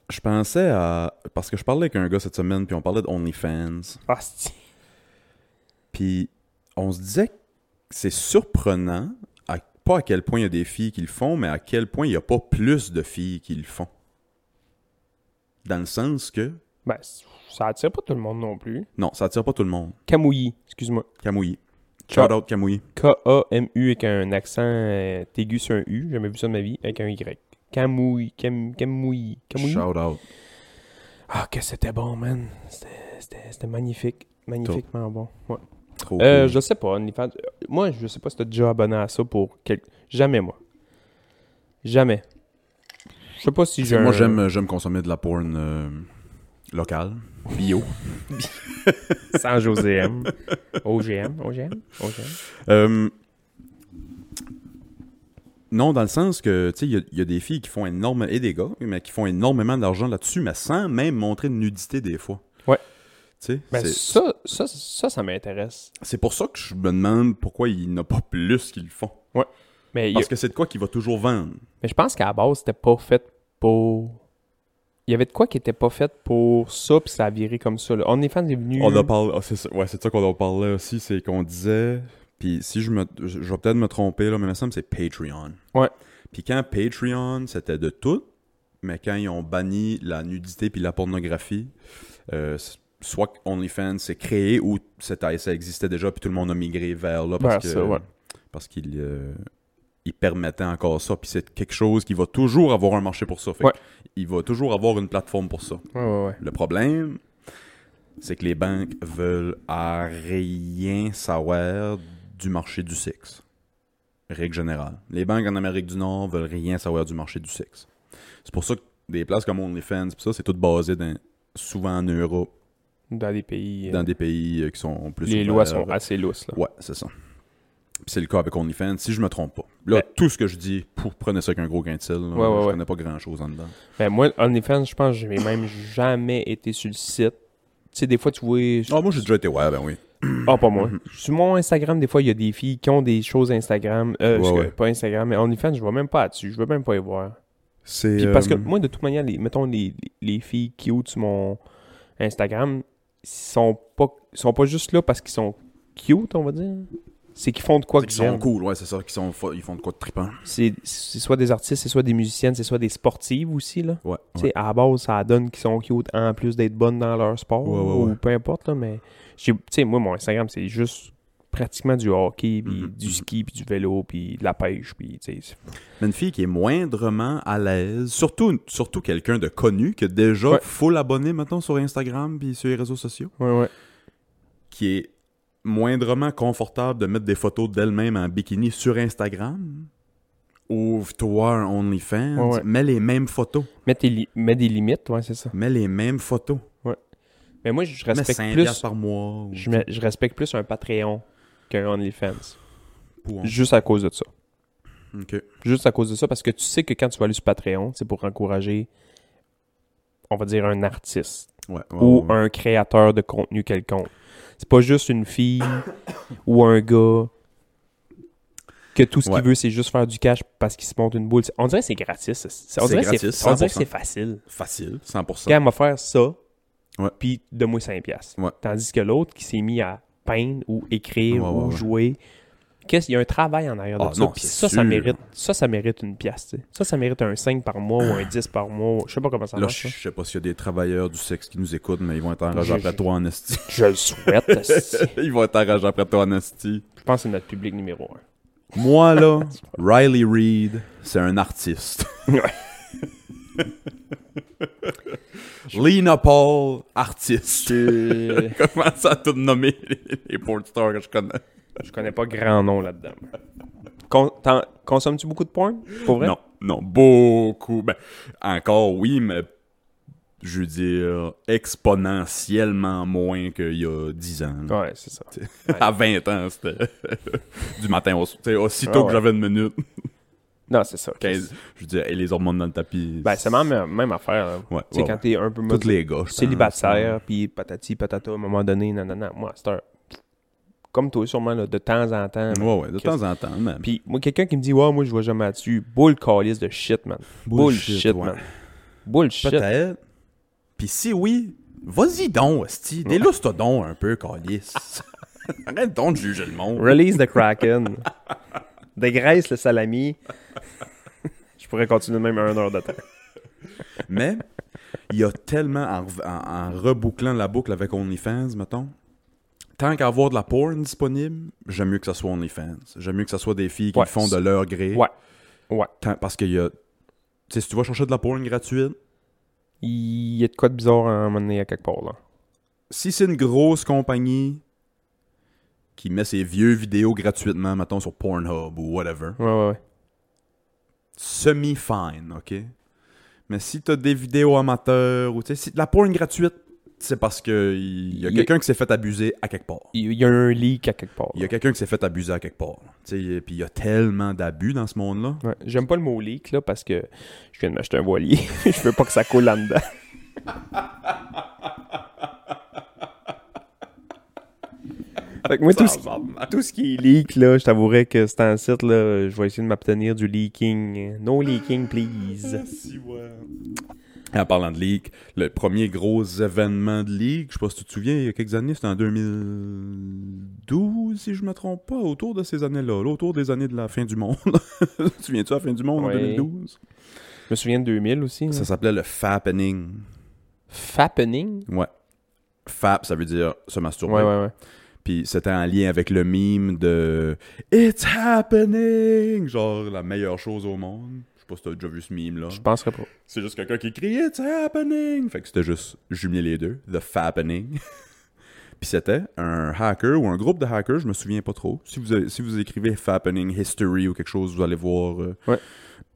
[SPEAKER 1] je pensais à. Parce que je parlais avec un gars cette semaine, puis on parlait de OnlyFans.
[SPEAKER 2] Hostie.
[SPEAKER 1] Puis on se disait que c'est surprenant, à- pas à quel point il y a des filles qui le font, mais à quel point il n'y a pas plus de filles qui le font. Dans le sens que
[SPEAKER 2] Ben, c- ça attire pas tout le monde non plus.
[SPEAKER 1] Non, ça attire pas tout le monde.
[SPEAKER 2] Camouillis, excuse-moi.
[SPEAKER 1] Camouilli. Shout out Camouilli.
[SPEAKER 2] K-A-M-U avec un accent euh, aigu sur un U. J'ai jamais vu ça de ma vie. Avec un Y. Camouille. Cam, camouille. Camouille.
[SPEAKER 1] Shout out.
[SPEAKER 2] Ah, que c'était bon, man. C'était- C'était c'était magnifique. Magnifiquement bon. Ouais.
[SPEAKER 1] Trop
[SPEAKER 2] Euh,
[SPEAKER 1] cool.
[SPEAKER 2] je sais pas, OnlyFans. Euh, Moi, je sais pas si t'as déjà abonné à ça pour quel... Jamais, moi. Jamais. Je sais pas si j'ai.
[SPEAKER 1] Moi,
[SPEAKER 2] un-
[SPEAKER 1] j'aime j'aime consommer de la porn euh, locale, bio.
[SPEAKER 2] Sans OGM. OGM, OGM, OGM.
[SPEAKER 1] Euh, non, dans le sens que, tu sais, il y a- il y, a des filles qui font énormément, et des gars, mais qui font énormément d'argent là-dessus, mais sans même montrer de nudité des fois.
[SPEAKER 2] Ouais.
[SPEAKER 1] Tu sais,
[SPEAKER 2] Ben,
[SPEAKER 1] c'est-
[SPEAKER 2] ça, ça, ça, ça m'intéresse.
[SPEAKER 1] c'est pour ça que je me demande pourquoi il n'y en a pas plus qu'ils le font.
[SPEAKER 2] Mais, il y a-
[SPEAKER 1] Parce que c'est de quoi qui va toujours vendre.
[SPEAKER 2] mais je pense qu'à la base, c'était pas fait pour. Il y avait de quoi qui était pas fait pour ça, puis ça a viré comme ça. Là. OnlyFans est venu.
[SPEAKER 1] On en parle, ah, c'est ça, ouais, c'est de ça qu'on en parlait aussi, c'est qu'on disait, puis si je me, je, je vais peut-être me tromper là, mais il me semble que c'est Patreon.
[SPEAKER 2] Ouais.
[SPEAKER 1] Puis quand Patreon, c'était de tout, mais quand ils ont banni la nudité puis la pornographie, euh, c- soit que OnlyFans s'est créé ou c'était- ça existait déjà puis tout le monde a migré vers là parce
[SPEAKER 2] Vers
[SPEAKER 1] que
[SPEAKER 2] ça, ouais.
[SPEAKER 1] parce qu'il euh, il permettait encore ça puis c'est quelque chose qui va toujours avoir un marché pour ça. Fait que
[SPEAKER 2] Ouais.
[SPEAKER 1] Il va toujours avoir une plateforme pour ça.
[SPEAKER 2] Ouais, ouais, ouais.
[SPEAKER 1] Le problème, c'est que les banques veulent à rien savoir du marché du sexe. Règle générale. Les banques en Amérique du Nord veulent rien savoir du marché du sexe. C'est pour ça que des places comme OnlyFans, pis ça, c'est tout basé dans- souvent en Europe,
[SPEAKER 2] Dans des pays. euh,
[SPEAKER 1] dans des pays euh, qui sont plus
[SPEAKER 2] les lois
[SPEAKER 1] ouverts.
[SPEAKER 2] sont assez lousses. Là.
[SPEAKER 1] Ouais, c'est ça. Puis c'est le cas avec OnlyFans, si je me trompe pas. Là,
[SPEAKER 2] Ben-
[SPEAKER 1] tout ce que je dis, pour prenez ça avec un gros grain de sel. là.
[SPEAKER 2] Ouais, ouais,
[SPEAKER 1] je
[SPEAKER 2] ouais.
[SPEAKER 1] connais pas grand-chose en dedans.
[SPEAKER 2] Ben moi, OnlyFans, je pense que j'ai même jamais été sur le site. Tu sais, des fois, tu vois... je-
[SPEAKER 1] Ah, moi, j'ai déjà été... Ouais, ben oui.
[SPEAKER 2] Ah, pas moi.
[SPEAKER 1] Mhm.
[SPEAKER 2] Sur mon Instagram, des fois, il y a des filles qui ont des choses Instagram. Euh,
[SPEAKER 1] Ouais,
[SPEAKER 2] je-
[SPEAKER 1] ouais.
[SPEAKER 2] Pas Instagram, mais OnlyFans, je vois même pas là-dessus. Je veux même pas y voir.
[SPEAKER 1] C'est...
[SPEAKER 2] Puis parce que
[SPEAKER 1] euh,
[SPEAKER 2] moi, de toute manière, les, mettons, les, les filles qui ont sur mon Instagram, sont pas, sont pas juste là parce qu'ils sont cute, on va dire. C'est qu'ils font de quoi
[SPEAKER 1] C'est
[SPEAKER 2] que
[SPEAKER 1] qu'ils sont
[SPEAKER 2] j'aime.
[SPEAKER 1] cool, ouais, c'est ça. Qu'ils sont, fo- ils font de quoi de trippant.
[SPEAKER 2] C'est c'est soit des artistes, c'est soit des musiciennes, c'est soit des sportives aussi, là.
[SPEAKER 1] Ouais.
[SPEAKER 2] Tu sais, à la base, ça donne qu'ils sont cute en plus d'être bonnes dans leur sport.
[SPEAKER 1] Ouais, ouais,
[SPEAKER 2] ou
[SPEAKER 1] ouais.
[SPEAKER 2] peu importe, là, mais j'ai- tu sais, moi, mon Instagram, c'est juste pratiquement du hockey, puis
[SPEAKER 1] Mhm,
[SPEAKER 2] du
[SPEAKER 1] mhm.
[SPEAKER 2] ski, puis du vélo, puis de la pêche, puis tu sais. c'est-
[SPEAKER 1] Mais une fille qui est moindrement à l'aise, surtout, surtout quelqu'un de connu, qui est déjà
[SPEAKER 2] Ouais.
[SPEAKER 1] full abonné maintenant sur Instagram puis sur les réseaux sociaux,
[SPEAKER 2] Ouais, ouais.
[SPEAKER 1] qui est moindrement confortable de mettre des photos d'elle-même en bikini sur Instagram, ouvre-toi un OnlyFans,
[SPEAKER 2] Ouais, ouais.
[SPEAKER 1] mets les mêmes photos,
[SPEAKER 2] Mets, tes li- mets des limites, ouais, c'est ça.
[SPEAKER 1] mets les mêmes photos,
[SPEAKER 2] Mais moi, je
[SPEAKER 1] mets
[SPEAKER 2] respecte
[SPEAKER 1] 5
[SPEAKER 2] plus.
[SPEAKER 1] par mois. ou-
[SPEAKER 2] Je, mets- je respecte plus un Patreon qu'un OnlyFans.
[SPEAKER 1] Pour-
[SPEAKER 2] Juste à cause de ça.
[SPEAKER 1] Ok.
[SPEAKER 2] Juste à cause de ça, parce que tu sais que quand tu vas aller sur Patreon, c'est pour encourager, on va dire, un artiste.
[SPEAKER 1] Ouais, ouais,
[SPEAKER 2] ou
[SPEAKER 1] ouais.
[SPEAKER 2] un créateur de contenu quelconque. C'est pas juste une fille ou un gars que tout ce
[SPEAKER 1] Ouais.
[SPEAKER 2] qu'il veut, c'est juste faire du cash parce qu'il se monte une boule. On dirait que c'est gratis. C'est- On
[SPEAKER 1] C'est
[SPEAKER 2] dirait que
[SPEAKER 1] gratis,
[SPEAKER 2] c'est- on dirait que
[SPEAKER 1] 100%.
[SPEAKER 2] c'est facile.
[SPEAKER 1] Facile, 100%.
[SPEAKER 2] Quand elle m'a fait ça,
[SPEAKER 1] Ouais.
[SPEAKER 2] puis donne-moi 5 piastres.
[SPEAKER 1] Ouais.
[SPEAKER 2] Tandis que l'autre qui s'est mis à peindre ou écrire
[SPEAKER 1] Ouais,
[SPEAKER 2] ou
[SPEAKER 1] ouais, ouais.
[SPEAKER 2] jouer, qu'est-ce il y a un travail en arrière de
[SPEAKER 1] Ah
[SPEAKER 2] ça.
[SPEAKER 1] non,
[SPEAKER 2] Puis
[SPEAKER 1] c'est
[SPEAKER 2] ça, ça
[SPEAKER 1] sûr.
[SPEAKER 2] mérite, ça, ça mérite une pièce. Ça, ça mérite un 5 par mois ou un 10 par mois. Je sais pas comment ça
[SPEAKER 1] Ah. Là,
[SPEAKER 2] marche.
[SPEAKER 1] je
[SPEAKER 2] ça.
[SPEAKER 1] je sais pas s'il y a des travailleurs du sexe qui nous écoutent, mais ils vont être
[SPEAKER 2] Je-
[SPEAKER 1] enragés après
[SPEAKER 2] je-
[SPEAKER 1] toi en esti.
[SPEAKER 2] Je le souhaite. si.
[SPEAKER 1] Ils vont être enragés après toi en esti.
[SPEAKER 2] Je pense que c'est notre public numéro 1.
[SPEAKER 1] Moi, là, Riley Reid, c'est un artiste. Lena Paul, artiste.
[SPEAKER 2] Je
[SPEAKER 1] Comment ça tout nommer les, les porn stars que je connais?
[SPEAKER 2] je connais pas grand nom là-dedans. Con- t'en- Consommes-tu beaucoup de porn? Pour vrai?
[SPEAKER 1] Non, non, beaucoup. Ben, encore oui, mais je veux dire exponentiellement moins qu'il y a 10 ans. là.
[SPEAKER 2] Ouais, c'est ça.
[SPEAKER 1] À 20 ans, c'était du matin au soir. Tu sais, Aussitôt
[SPEAKER 2] Ah ouais.
[SPEAKER 1] que j'avais une minute,
[SPEAKER 2] Non, c'est ça.
[SPEAKER 1] 15, je veux dire, et les hormones dans le tapis.
[SPEAKER 2] Ben, c'est même, même affaire. là.
[SPEAKER 1] Ouais,
[SPEAKER 2] Tu sais,
[SPEAKER 1] ouais,
[SPEAKER 2] quand
[SPEAKER 1] ouais.
[SPEAKER 2] t'es un peu
[SPEAKER 1] Toutes
[SPEAKER 2] mo-
[SPEAKER 1] les hein. gars, je pense.
[SPEAKER 2] célibataire, puis patati patata, à un moment donné, nanana. Moi, c'est un... Comme toi, sûrement, là, de temps en temps.
[SPEAKER 1] Ouais, ouais, de temps en temps, même.
[SPEAKER 2] Puis moi, quelqu'un qui me dit « Ouais, moi, je vois jamais là-dessus. » Bull calice de shit, man. Bullshit,
[SPEAKER 1] ouais.
[SPEAKER 2] man. Bullshit.
[SPEAKER 1] Peut-être. Puis si oui, vas-y donc, esti. Délouste-toi donc un peu, calice. Arrête donc de juger le monde.
[SPEAKER 2] Release the Kraken. Dégraisse le salami. Je pourrais continuer même un heure de temps.
[SPEAKER 1] Mais il y a tellement, en, rev- en- en rebouclant la boucle avec OnlyFans, mettons, tant qu'à avoir de la porn disponible, j'aime mieux que ça soit OnlyFans. J'aime mieux que ça soit des filles qui
[SPEAKER 2] Ouais,
[SPEAKER 1] le font de leur gré.
[SPEAKER 2] Ouais. Ouais.
[SPEAKER 1] Tant- parce qu'il y a. Tu sais, si tu vas chercher de la porn gratuite,
[SPEAKER 2] Il y a de quoi de bizarre à un moment donné à quelque part, là.
[SPEAKER 1] si c'est une grosse compagnie qui met ses vieux vidéos gratuitement, mettons, sur Pornhub ou whatever,
[SPEAKER 2] Ouais, ouais, ouais.
[SPEAKER 1] semi-fine, OK? Mais si t'as des vidéos amateurs ou tu sais, si de la porn gratuite, c'est parce que il y a
[SPEAKER 2] Il-
[SPEAKER 1] quelqu'un qui s'est fait abuser à quelque part.
[SPEAKER 2] Il il y a un leak à quelque part.
[SPEAKER 1] Il y a quelqu'un qui s'est fait abuser à quelque part. Tu sais, puis il y a tellement d'abus dans ce monde-là.
[SPEAKER 2] Ouais, J'aime pas le mot leak, là, parce que je viens de m'acheter un voilier. je veux pas que ça coule là-dedans. Fait que moi, tout ce, tout ce qui est leak, là, je t'avouerais que c'est un site, là, je vais essayer de m'abstenir du leaking. No leaking, please.
[SPEAKER 1] Et En parlant de leak, le premier gros événement de leak, je sais pas si tu te souviens, il y a quelques années, c'était en 2012, si je me trompe pas, autour de ces années-là, là, autour des années de la fin du monde. tu te souviens-tu de la fin du monde en
[SPEAKER 2] Ouais.
[SPEAKER 1] 2012?
[SPEAKER 2] Je me souviens de 2000 aussi. là.
[SPEAKER 1] Ça s'appelait le fappening.
[SPEAKER 2] Fappening?
[SPEAKER 1] Ouais. Fap, ça veut dire se masturber.
[SPEAKER 2] Ouais, ouais, ouais.
[SPEAKER 1] Puis c'était en lien avec le mime de It's happening! Genre la meilleure chose au monde. Je sais pas si t'as déjà vu ce mime là.
[SPEAKER 2] Je penserais pas.
[SPEAKER 1] C'est juste quelqu'un qui crie It's happening! Fait que c'était juste jumeler les deux, The Fappening. Puis c'était un hacker ou un groupe de hackers, je me souviens pas trop. Si vous, si vous écrivez Fappening History ou quelque chose, vous allez voir euh,
[SPEAKER 2] Ouais.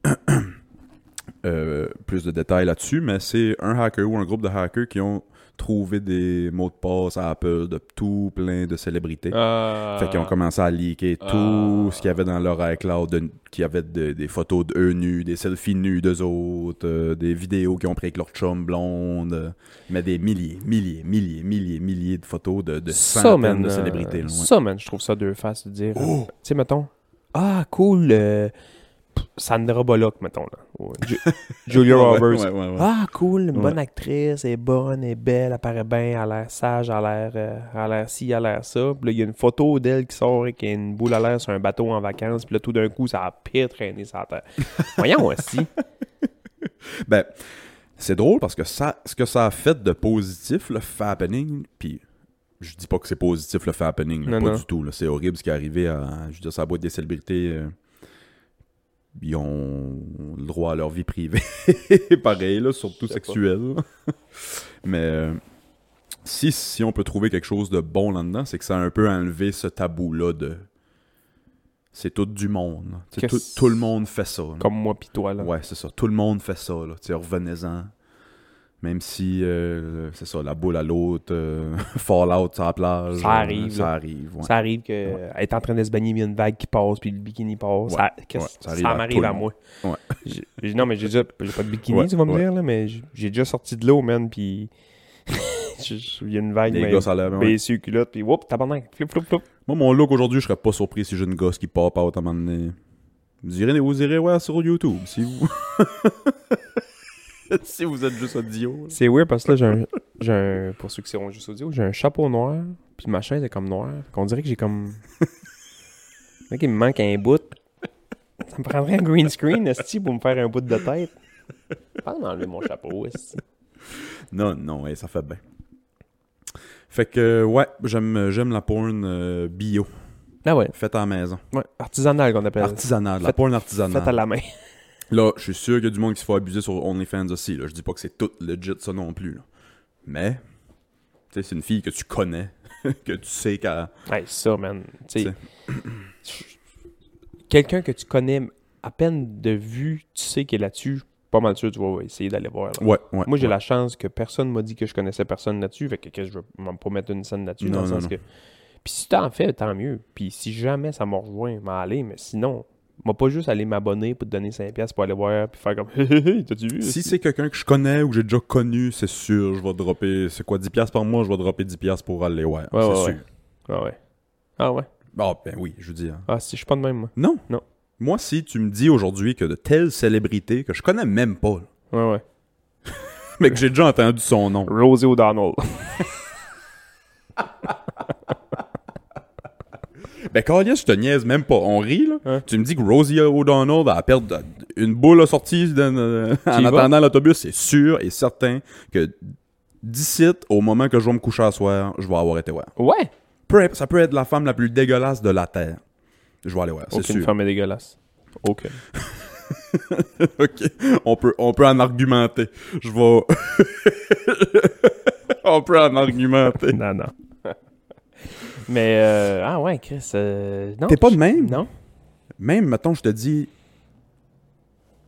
[SPEAKER 1] euh, plus de détails là-dessus. Mais c'est un hacker ou un groupe de hackers qui ont trouvé des mots de passe à Apple de tout plein de célébrités.
[SPEAKER 2] Euh,
[SPEAKER 1] Fait qu'ils ont commencé à leaker tout ce qu'il y avait dans leur iCloud, de- qu'il y avait de- des photos d'eux nus, des selfies nus d'eux autres, euh, des vidéos qu'ils ont pris avec leur chum blonde, euh, mais des milliers, milliers, milliers, milliers, milliers de photos de, de
[SPEAKER 2] Ça,
[SPEAKER 1] centaines
[SPEAKER 2] man,
[SPEAKER 1] de
[SPEAKER 2] euh,
[SPEAKER 1] célébrités. Oh! là, ouais.
[SPEAKER 2] Ça, man, je trouve ça deux faces de dire. euh, Tu sais, mettons. Ah, cool. euh, pff, Sandra Bullock, mettons. Là. Ou euh, Ju- Julia
[SPEAKER 1] Ouais,
[SPEAKER 2] Roberts.
[SPEAKER 1] ouais, ouais, ouais.
[SPEAKER 2] Ah, cool. Une
[SPEAKER 1] Ouais.
[SPEAKER 2] bonne actrice. Elle est bonne, elle est belle. Elle paraît bien. Elle a l'air sage. Elle a l'air, euh, elle a l'air ci, elle a l'air ça. Puis là, il y a une photo d'elle qui sort et qui a une boule à l'air sur un bateau en vacances. Puis là, tout d'un coup, ça a pire traîné sur la terre. Voyons aussi.
[SPEAKER 1] Ben, c'est drôle parce que ça, ce que ça a fait de positif, le fappening, puis je dis pas que c'est positif le fappening, là,
[SPEAKER 2] Non,
[SPEAKER 1] pas
[SPEAKER 2] non.
[SPEAKER 1] du tout. là. C'est horrible ce qui est arrivé à, je veux dire, ça boîte des célébrités. euh, ils ont le droit à leur vie privée. Pareil, là, surtout
[SPEAKER 2] Je sais pas.
[SPEAKER 1] sexuelle. Mais euh, si, si on peut trouver quelque chose de bon là-dedans, c'est que ça a un peu enlevé ce tabou-là de. C'est tout du monde. là. Tu sais, Tout,
[SPEAKER 2] Qu'est-ce-
[SPEAKER 1] tout le monde fait ça. là.
[SPEAKER 2] Comme moi pis toi, là.
[SPEAKER 1] Ouais, c'est ça. Tout le monde fait ça, là. Tu sais, revenez-en. Même si, euh, c'est ça, la boule à l'autre, euh, Fallout sur la plage.
[SPEAKER 2] Ça
[SPEAKER 1] euh,
[SPEAKER 2] arrive,
[SPEAKER 1] Ça
[SPEAKER 2] là.
[SPEAKER 1] arrive, ouais.
[SPEAKER 2] Ça arrive que euh, elle est en train de se baigner, il y a une vague qui passe, puis le bikini passe. ça qu'est-ce-
[SPEAKER 1] ouais, ça arrive
[SPEAKER 2] ça
[SPEAKER 1] à tout
[SPEAKER 2] m'arrive
[SPEAKER 1] le
[SPEAKER 2] à,
[SPEAKER 1] monde.
[SPEAKER 2] moi.
[SPEAKER 1] Ouais.
[SPEAKER 2] J'ai- j'ai- non, mais j'ai déjà. J'ai pas de bikini,
[SPEAKER 1] Ouais,
[SPEAKER 2] tu vas me
[SPEAKER 1] ouais.
[SPEAKER 2] dire, là, mais j'ai- j'ai déjà sorti de l'eau, man, puis. je- je- Il y a une vague,
[SPEAKER 1] Les
[SPEAKER 2] mais.
[SPEAKER 1] gosses à la main.
[SPEAKER 2] BSU, culotte, puis whoop, tabarnak, flip, flip, flip.
[SPEAKER 1] Moi, mon look aujourd'hui, je serais pas surpris si j'ai une gosse qui pop out à un moment donné. Vous irez, vous irez ouais, sur YouTube, si vous... si vous êtes juste audio. là.
[SPEAKER 2] C'est weird parce que là, j'ai un, j'ai un. Pour ceux qui seront juste audio, j'ai un chapeau noir, puis ma chaise est comme noire. On dirait que j'ai comme. On dirait qu'il me manque un bout. Ça me prendrait un green screen, Esti, pour me faire un bout de tête. Pas enlever mon chapeau, Esti.
[SPEAKER 1] Non, non, ouais, ça fait bien. Fait que, ouais, j'aime j'aime la porn euh, bio,
[SPEAKER 2] Ah ouais,
[SPEAKER 1] faite à la maison.
[SPEAKER 2] ouais. artisanal qu'on appelle.
[SPEAKER 1] Artisanale, la
[SPEAKER 2] Ben, Faite-
[SPEAKER 1] porn
[SPEAKER 2] Faite à
[SPEAKER 1] artisanale.
[SPEAKER 2] la main.
[SPEAKER 1] Là, je suis sûr qu'il y a du monde qui se fait abuser sur OnlyFans aussi. Là. Je dis pas que c'est tout legit ça non plus. là. Mais, tu sais, c'est une fille que tu connais, que tu sais qu'elle.
[SPEAKER 2] Hey, ça, man. Tu sais, quelqu'un que tu connais à peine de vue, tu sais qu'il est là-dessus, pas mal sûr, tu vas essayer d'aller voir. là.
[SPEAKER 1] Ouais, ouais.
[SPEAKER 2] Moi, j'ai
[SPEAKER 1] ouais.
[SPEAKER 2] la chance que personne m'a dit que je connaissais personne là-dessus, fait que, que je veux même pas mettre une scène là-dessus, dans
[SPEAKER 1] Non,
[SPEAKER 2] le
[SPEAKER 1] non,
[SPEAKER 2] sens
[SPEAKER 1] non.
[SPEAKER 2] que... Puis si t'en fais, tant mieux. Puis si jamais ça m'a rejoint, m'en aller, mais sinon, m'a pas juste aller m'abonner pour te donner 5$ pour aller voir, puis faire comme... Hé, hé, hé, t'as-tu vu?
[SPEAKER 1] Si c'est quelqu'un que je connais ou que j'ai déjà connu, c'est sûr, je vais dropper. C'est quoi, 10$ par mois, je vais dropper 10$ pour aller, ouais.
[SPEAKER 2] Ouais,
[SPEAKER 1] c'est
[SPEAKER 2] ouais,
[SPEAKER 1] sûr.
[SPEAKER 2] ouais. Ah ouais. Ah ouais.
[SPEAKER 1] Ah, ben oui, je veux dire.
[SPEAKER 2] Ah, si, je suis pas de même, moi.
[SPEAKER 1] Non.
[SPEAKER 2] Non.
[SPEAKER 1] Moi, si tu me dis aujourd'hui que de telles célébrités que je connais même pas, là,
[SPEAKER 2] Ouais, ouais.
[SPEAKER 1] mais que j'ai déjà entendu son nom.
[SPEAKER 2] Rosie O'Donnell.
[SPEAKER 1] Ben, Carlis, je te niaise même pas. On rit, là.
[SPEAKER 2] Hein?
[SPEAKER 1] Tu me dis que Rosie O'Donnell, elle perd une boule a sorti de-
[SPEAKER 2] y
[SPEAKER 1] en
[SPEAKER 2] vas.
[SPEAKER 1] attendant l'autobus, c'est sûr et certain que d'ici, au moment que je vais me coucher à soir, je vais avoir été voir.
[SPEAKER 2] Ouais.
[SPEAKER 1] Peu importe, ça peut être la femme la plus dégueulasse de la Terre. Je vais aller voir, c'est
[SPEAKER 2] Aucune
[SPEAKER 1] sûr.
[SPEAKER 2] femme est dégueulasse. Aucune.
[SPEAKER 1] OK. On peut, on peut en argumenter. Je vais. on peut en argumenter.
[SPEAKER 2] non, non. Mais, euh, ah ouais, Chris. euh, non.
[SPEAKER 1] T'es pas de même?
[SPEAKER 2] Non.
[SPEAKER 1] Même, mettons, je te dis.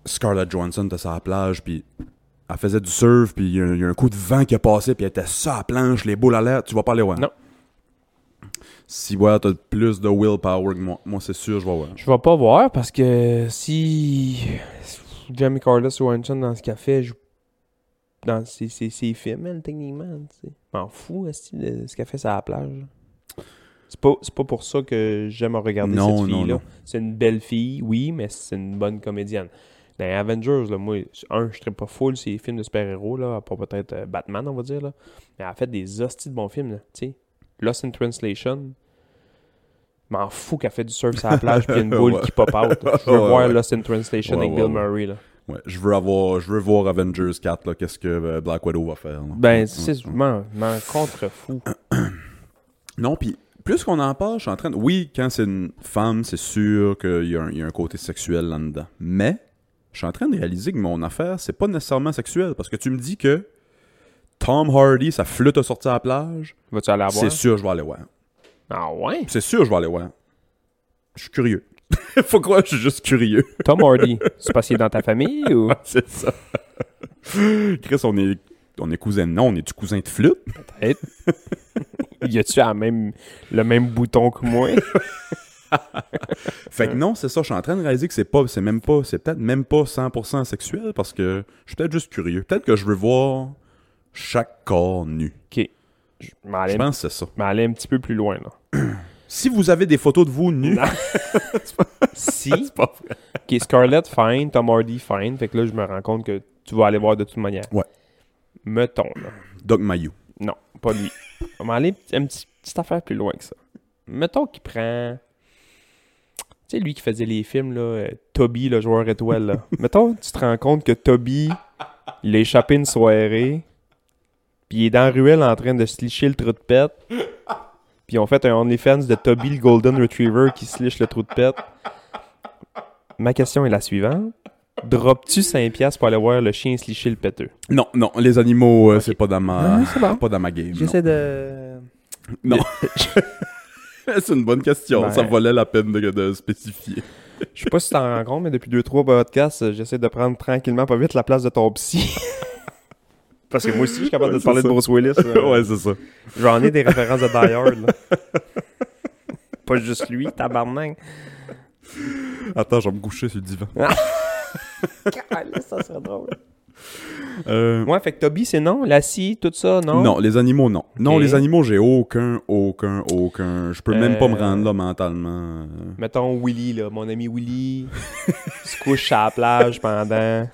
[SPEAKER 1] Scarlett Johansson était sur la plage, puis elle faisait du surf, puis il y, a- il y a un coup de vent qui est passé, puis elle était sur la planche, les boules à l'air. Tu vas pas aller voir.
[SPEAKER 2] Non.
[SPEAKER 1] Si, ouais, t'as plus de willpower que moi. Moi, c'est sûr, je vais voir.
[SPEAKER 2] Je vais pas voir parce que si Jamie Carlos Swanson dans ce café joue dans ses, ses- ses films, elle, techniquement, tu sais. M'en fous, est-ce que de ce qu'elle fait sur la plage? C'est pas, c'est pas pour ça que j'aime regarder
[SPEAKER 1] Non,
[SPEAKER 2] cette
[SPEAKER 1] non,
[SPEAKER 2] fille-là.
[SPEAKER 1] non.
[SPEAKER 2] C'est une belle fille, oui, mais c'est une bonne comédienne. Dans Avengers, là, moi, un, je serais pas full ces films de super-héros, là, pas peut-être euh, Batman, on va dire, là. Mais elle a fait des hosties de bons films, là, tu sais. Lost in Translation. M'en fous qu'elle fait du surf sur la plage puis une boule
[SPEAKER 1] Ouais.
[SPEAKER 2] qui pop out. là. Je veux
[SPEAKER 1] Ouais,
[SPEAKER 2] voir
[SPEAKER 1] ouais.
[SPEAKER 2] Lost in Translation
[SPEAKER 1] Ouais,
[SPEAKER 2] avec
[SPEAKER 1] ouais,
[SPEAKER 2] Bill
[SPEAKER 1] ouais.
[SPEAKER 2] Murray. Là.
[SPEAKER 1] Ouais, je veux avoir, je veux voir Avengers 4, là, qu'est-ce que euh, Black Widow va faire. là.
[SPEAKER 2] Ben, c'est
[SPEAKER 1] Mm-hmm.
[SPEAKER 2] je m'en m'en contrefous.
[SPEAKER 1] Non, puis plus qu'on en parle, je suis en train de... Oui, quand c'est une femme, c'est sûr qu'il y, a un- il y a un côté sexuel là-dedans. Mais je suis en train de réaliser que mon affaire, c'est pas nécessairement sexuel. Parce que tu me dis que Tom Hardy, sa flûte a sorti à la plage,
[SPEAKER 2] Vas-tu aller la voir?
[SPEAKER 1] c'est sûr je vais aller voir.
[SPEAKER 2] Ah ouais?
[SPEAKER 1] C'est sûr je vais aller voir. Je suis curieux. Faut croire que je suis juste curieux.
[SPEAKER 2] Tom Hardy, c'est parce qu'il est dans ta famille ou?
[SPEAKER 1] c'est ça. Chris, on est, on est cousin... Non, on est du cousin de flûte?
[SPEAKER 2] Peut-être. y a-tu la même, le même bouton que moi?
[SPEAKER 1] Fait que non, c'est ça, je suis en train de réaliser que c'est pas c'est même pas c'est peut-être même pas 100% sexuel parce que je suis peut-être juste curieux. Peut-être que je veux voir chaque corps nu.
[SPEAKER 2] ok. Je m'en
[SPEAKER 1] Je
[SPEAKER 2] allais,
[SPEAKER 1] pense que c'est ça.
[SPEAKER 2] m'en allais un petit peu plus loin, là.
[SPEAKER 1] Si vous avez des photos de vous nus,
[SPEAKER 2] Si. Ok, Scarlett, fine. Tom Hardy, fine. Fait que là, je me rends compte que tu vas aller voir de toute manière.
[SPEAKER 1] Ouais.
[SPEAKER 2] Mettons, là.
[SPEAKER 1] Doc Mayou.
[SPEAKER 2] Non, pas lui. On va aller un petit- petite affaire plus loin que ça. Mettons qu'il prend. Tu sais, lui qui faisait les films, là, euh, Toby, le joueur étoile. Là. Mettons, tu te rends compte que Toby, il a échappé une soirée, puis il est dans la ruelle en train de se licher le trou de pète, puis ils ont fait un OnlyFans de Toby, le Golden Retriever, qui se liche le trou de pète. Ma question est la suivante. Drop-tu 5$ piastres pour aller voir le chien se licher le péteux?
[SPEAKER 1] Non, non, les animaux, euh, c'est pas dans ma
[SPEAKER 2] c'est bon.
[SPEAKER 1] pas dans ma game. non.
[SPEAKER 2] J'essaie de...
[SPEAKER 1] c'est une bonne question,
[SPEAKER 2] Ouais.
[SPEAKER 1] ça valait la peine de, de spécifier.
[SPEAKER 2] Je sais pas si t'en rends compte, mais depuis 2-3 podcasts, euh, j'essaie de prendre tranquillement, pas vite, la place de ton psy. Parce que moi aussi, je suis capable
[SPEAKER 1] Ouais,
[SPEAKER 2] de te parler
[SPEAKER 1] c'est
[SPEAKER 2] de Bruce Willis. euh,
[SPEAKER 1] ouais, c'est ça.
[SPEAKER 2] J'en ai des références de Die Hard, là. pas juste lui, tabarnak.
[SPEAKER 1] Attends, je vais me coucher sur le divan.
[SPEAKER 2] Ah. ça serait drôle.
[SPEAKER 1] Euh,
[SPEAKER 2] Ouais, fait que Toby, c'est non? La scie, tout ça, non?
[SPEAKER 1] non. les animaux non. Non,
[SPEAKER 2] Ok.
[SPEAKER 1] les animaux, j'ai aucun aucun aucun, je peux même pas me
[SPEAKER 2] Euh,
[SPEAKER 1] rendre là mentalement. euh.
[SPEAKER 2] Mettons Willy, là, mon ami Willy, se couche à la plage pendant...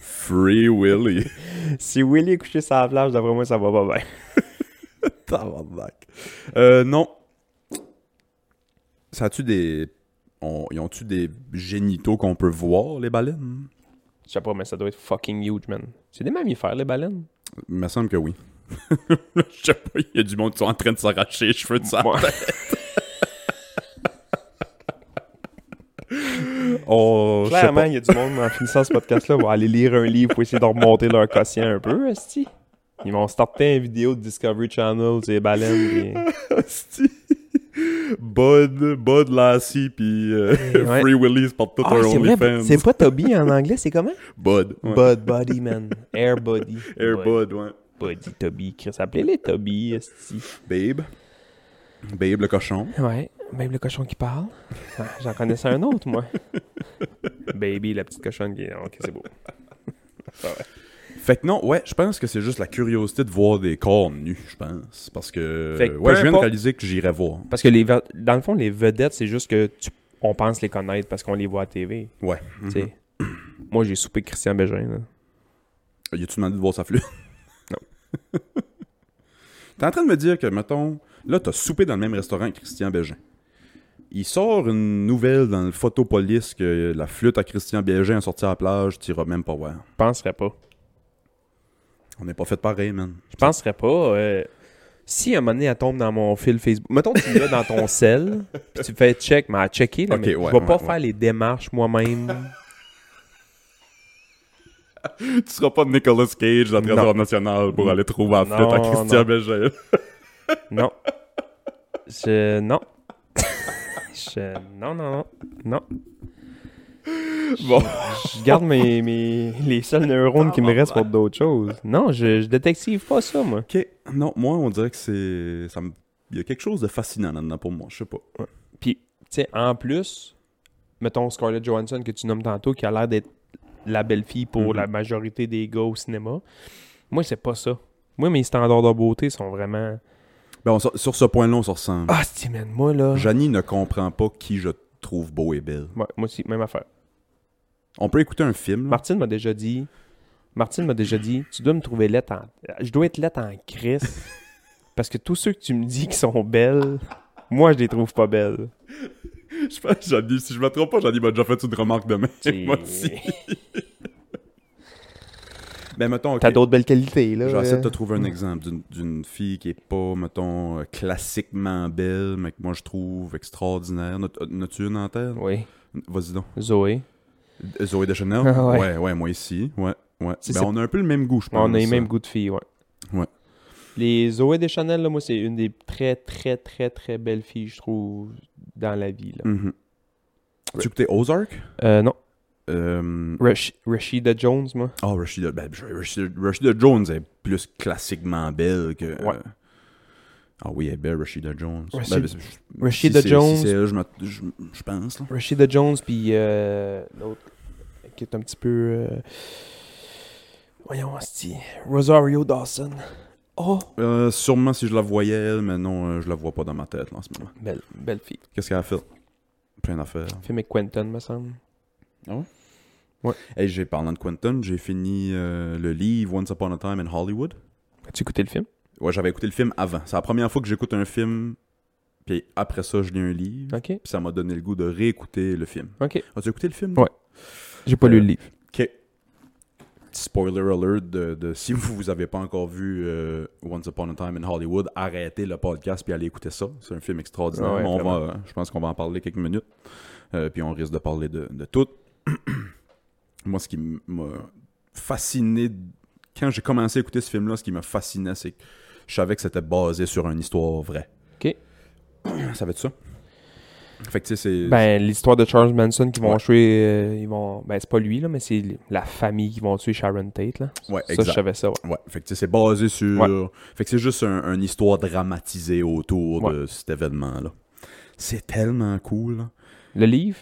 [SPEAKER 1] Free Willy.
[SPEAKER 2] Si Willy est couché sur la plage, d'après moi, ça va pas bien.
[SPEAKER 1] Tabarnak. Euh, non. Ça a-tu des. on- Ils ont-tu des génitaux qu'on peut voir, les baleines
[SPEAKER 2] Je sais pas, mais ça doit être fucking huge, man. C'est des mammifères, les baleines?
[SPEAKER 1] Il me semble que oui. Je sais pas, il y a du monde qui sont en train de s'arracher les cheveux de ça.
[SPEAKER 2] Ouais.
[SPEAKER 1] Oh, je sais
[SPEAKER 2] Clairement, il y a du monde en finissant ce podcast-là va aller lire un livre pour essayer de remonter leur quotient un peu, esti. Ils vont starter une vidéo de Discovery Channel, c'est baleines. pis-
[SPEAKER 1] pas. Asti. Bud, Bud Lassie, puis euh,
[SPEAKER 2] ouais. Ah,
[SPEAKER 1] Free Willy, c'est pour tout un OnlyFans.
[SPEAKER 2] pas Toby en anglais, c'est comment?
[SPEAKER 1] Bud. ouais.
[SPEAKER 2] Bud Buddy, man. Air Buddy.
[SPEAKER 1] Air Bud, ouais.
[SPEAKER 2] Buddy Toby. Chris, appelez-les Toby, esti.
[SPEAKER 1] Babe. Babe, le cochon.
[SPEAKER 2] Ouais, même le cochon qui parle. Ah, J'en connaissais un autre, moi. Baby, la petite cochonne qui... Ok, c'est beau.
[SPEAKER 1] Fait que non, ouais, je pense que c'est juste la curiosité de voir des corps nus, je pense. Parce que.
[SPEAKER 2] Fait que peu
[SPEAKER 1] ouais, je viens de
[SPEAKER 2] importe-
[SPEAKER 1] réaliser que j'irai voir.
[SPEAKER 2] Parce que les ve- dans le fond, les vedettes, c'est juste que tu- on pense les connaître parce qu'on les voit à TV.
[SPEAKER 1] Ouais.
[SPEAKER 2] tu sais.
[SPEAKER 1] Mhm.
[SPEAKER 2] Moi, j'ai soupé avec Christian Bégin. là.
[SPEAKER 1] Y a-tu demandé de voir sa flûte?
[SPEAKER 2] Non.
[SPEAKER 1] T'es en train de me dire que, mettons, là, t'as soupé dans le même restaurant que Christian Bégin. Il sort une nouvelle dans le Photopolis que la flûte à Christian Biégin a sorti à la plage, t'iras même pas voir.
[SPEAKER 2] Je penserais pas.
[SPEAKER 1] On n'est pas fait pareil, man.
[SPEAKER 2] Je penserais pas. euh, si à un moment donné, elle tombe dans mon fil Facebook, mettons que tu l'as dans ton sel, puis tu fais check, mais à checker, là,
[SPEAKER 1] Ok,
[SPEAKER 2] mais
[SPEAKER 1] ouais,
[SPEAKER 2] je vais
[SPEAKER 1] ouais,
[SPEAKER 2] pas
[SPEAKER 1] ouais.
[SPEAKER 2] faire les démarches moi-même.
[SPEAKER 1] tu seras pas Nicolas Cage dans le
[SPEAKER 2] Trésor
[SPEAKER 1] national pour aller trouver la
[SPEAKER 2] flûte à Christian
[SPEAKER 1] Bégin.
[SPEAKER 2] non. Je. Non. Je. Non, non, non. Non.
[SPEAKER 1] bon.
[SPEAKER 2] Je garde mes, mes- les seuls neurones qui me restent pour d'autres choses. Non, je, je détective pas ça, moi.
[SPEAKER 1] Ok, non, moi, on dirait que c'est. ça me- Il y a quelque chose de fascinant là-dedans pour moi, je sais pas.
[SPEAKER 2] Puis, tu sais, en plus, mettons Scarlett Johansson que tu nommes tantôt, qui a l'air d'être la belle fille pour
[SPEAKER 1] Mhm.
[SPEAKER 2] la majorité des gars au cinéma. Moi, c'est pas ça. Moi, mes standards de beauté sont vraiment.
[SPEAKER 1] Ben, on se- sur ce point-là, on se ressemble.
[SPEAKER 2] Ah, c'est man, moi, là.
[SPEAKER 1] Janie ne comprend pas qui je trouve beau et belle.
[SPEAKER 2] Ouais, moi aussi, même affaire.
[SPEAKER 1] On peut écouter un film. là.
[SPEAKER 2] Martine m'a déjà dit. Martine m'a déjà dit, tu dois me trouver lettre en. Je dois être lettre en crise. parce que tous ceux que tu me dis qui sont belles, moi, je les trouve pas belles.
[SPEAKER 1] Je pense que Janie, si je me trompe pas, Janie m'a déjà fait une remarque demain.
[SPEAKER 2] Tu-
[SPEAKER 1] moi aussi. Ben, mettons, ok,
[SPEAKER 2] T'as d'autres belles qualités, là.
[SPEAKER 1] j'essaie de te
[SPEAKER 2] euh.
[SPEAKER 1] trouver un exemple d'une- d'une fille qui est pas, mettons, euh, classiquement belle, mais que moi je trouve extraordinaire. N'as- N'as-tu une en tête?
[SPEAKER 2] Oui.
[SPEAKER 1] Vas-y donc.
[SPEAKER 2] Zoé.
[SPEAKER 1] Zoé Deschanel?
[SPEAKER 2] Ah ouais.
[SPEAKER 1] ouais, ouais, moi ici. Ouais, ouais.
[SPEAKER 2] C'est-
[SPEAKER 1] Ben,
[SPEAKER 2] c'est-
[SPEAKER 1] on a un peu le même goût, je pense.
[SPEAKER 2] On a les
[SPEAKER 1] ça.
[SPEAKER 2] mêmes goûts de filles, ouais.
[SPEAKER 1] Ouais.
[SPEAKER 2] Les Zoé Deschanel, là, moi, c'est une des très, très, très, très belles filles, je trouve, dans la vie. Là.
[SPEAKER 1] Mhm. Tu écoutais Ozark?
[SPEAKER 2] Mm. Euh, non.
[SPEAKER 1] Euh,
[SPEAKER 2] Rash- Rashida Jones, moi.
[SPEAKER 1] Ah, Rashida, ben, Rashida, Rashida Jones est plus classiquement belle que. euh,
[SPEAKER 2] Ouais.
[SPEAKER 1] Ah oui, elle est belle, Rashida Jones.
[SPEAKER 2] Rashida-
[SPEAKER 1] Ben, ben, si
[SPEAKER 2] Rashida
[SPEAKER 1] c'est-
[SPEAKER 2] Jones.
[SPEAKER 1] si c'est elle, je, me- je- je pense. Là.
[SPEAKER 2] Rashida Jones, puis euh, l'autre qui est un petit peu. euh, Voyons, hostie. Rosario Dawson. Oh!
[SPEAKER 1] Euh, sûrement si je la voyais, elle, mais non, euh, je la vois pas dans ma tête là, en ce moment.
[SPEAKER 2] Belle, belle fille.
[SPEAKER 1] Qu'est-ce qu'elle a fait? Plein d'affaires.
[SPEAKER 2] Fait avec Quentin, me semble.
[SPEAKER 1] Hey, j'ai parlant de Quentin, j'ai fini euh, le livre Once Upon a Time in Hollywood.
[SPEAKER 2] As-tu écouté le film?
[SPEAKER 1] Ouais, j'avais écouté le film avant. C'est la première fois que j'écoute un film, puis après ça, je lis un livre,
[SPEAKER 2] Ok.
[SPEAKER 1] puis ça m'a donné le goût de réécouter le film.
[SPEAKER 2] Ok.
[SPEAKER 1] As-tu écouté le film?
[SPEAKER 2] Ouais. J'ai pas lu
[SPEAKER 1] Euh,
[SPEAKER 2] le livre.
[SPEAKER 1] Ok. Spoiler alert de, de- si vous vous avez pas encore vu euh, Once Upon a Time in Hollywood, arrêtez le podcast puis allez écouter ça. C'est un film extraordinaire.
[SPEAKER 2] Ah ouais,
[SPEAKER 1] Mais on
[SPEAKER 2] vraiment.
[SPEAKER 1] va, je pense qu'on va en parler quelques minutes. Euh, puis on risque de parler de, de tout. Moi, ce qui m- m'a fasciné quand j'ai commencé à écouter ce film-là, ce qui me fascinait, c'est que je savais que c'était basé sur une histoire vraie.
[SPEAKER 2] Ok.
[SPEAKER 1] Ça va être ça? Fait que tu sais, c'est.
[SPEAKER 2] Ben, l'histoire de Charles Manson qui vont
[SPEAKER 1] Ouais.
[SPEAKER 2] tuer. euh, ils vont... Ben, c'est pas lui, là, mais c'est la famille qui vont tuer Sharon Tate, là.
[SPEAKER 1] ouais,
[SPEAKER 2] Ça, je savais ça, ouais.
[SPEAKER 1] Ouais, fait que tu sais, c'est basé sur. Fait que c'est juste un- une histoire dramatisée autour de cet événement-là. C'est tellement cool. là.
[SPEAKER 2] Le livre,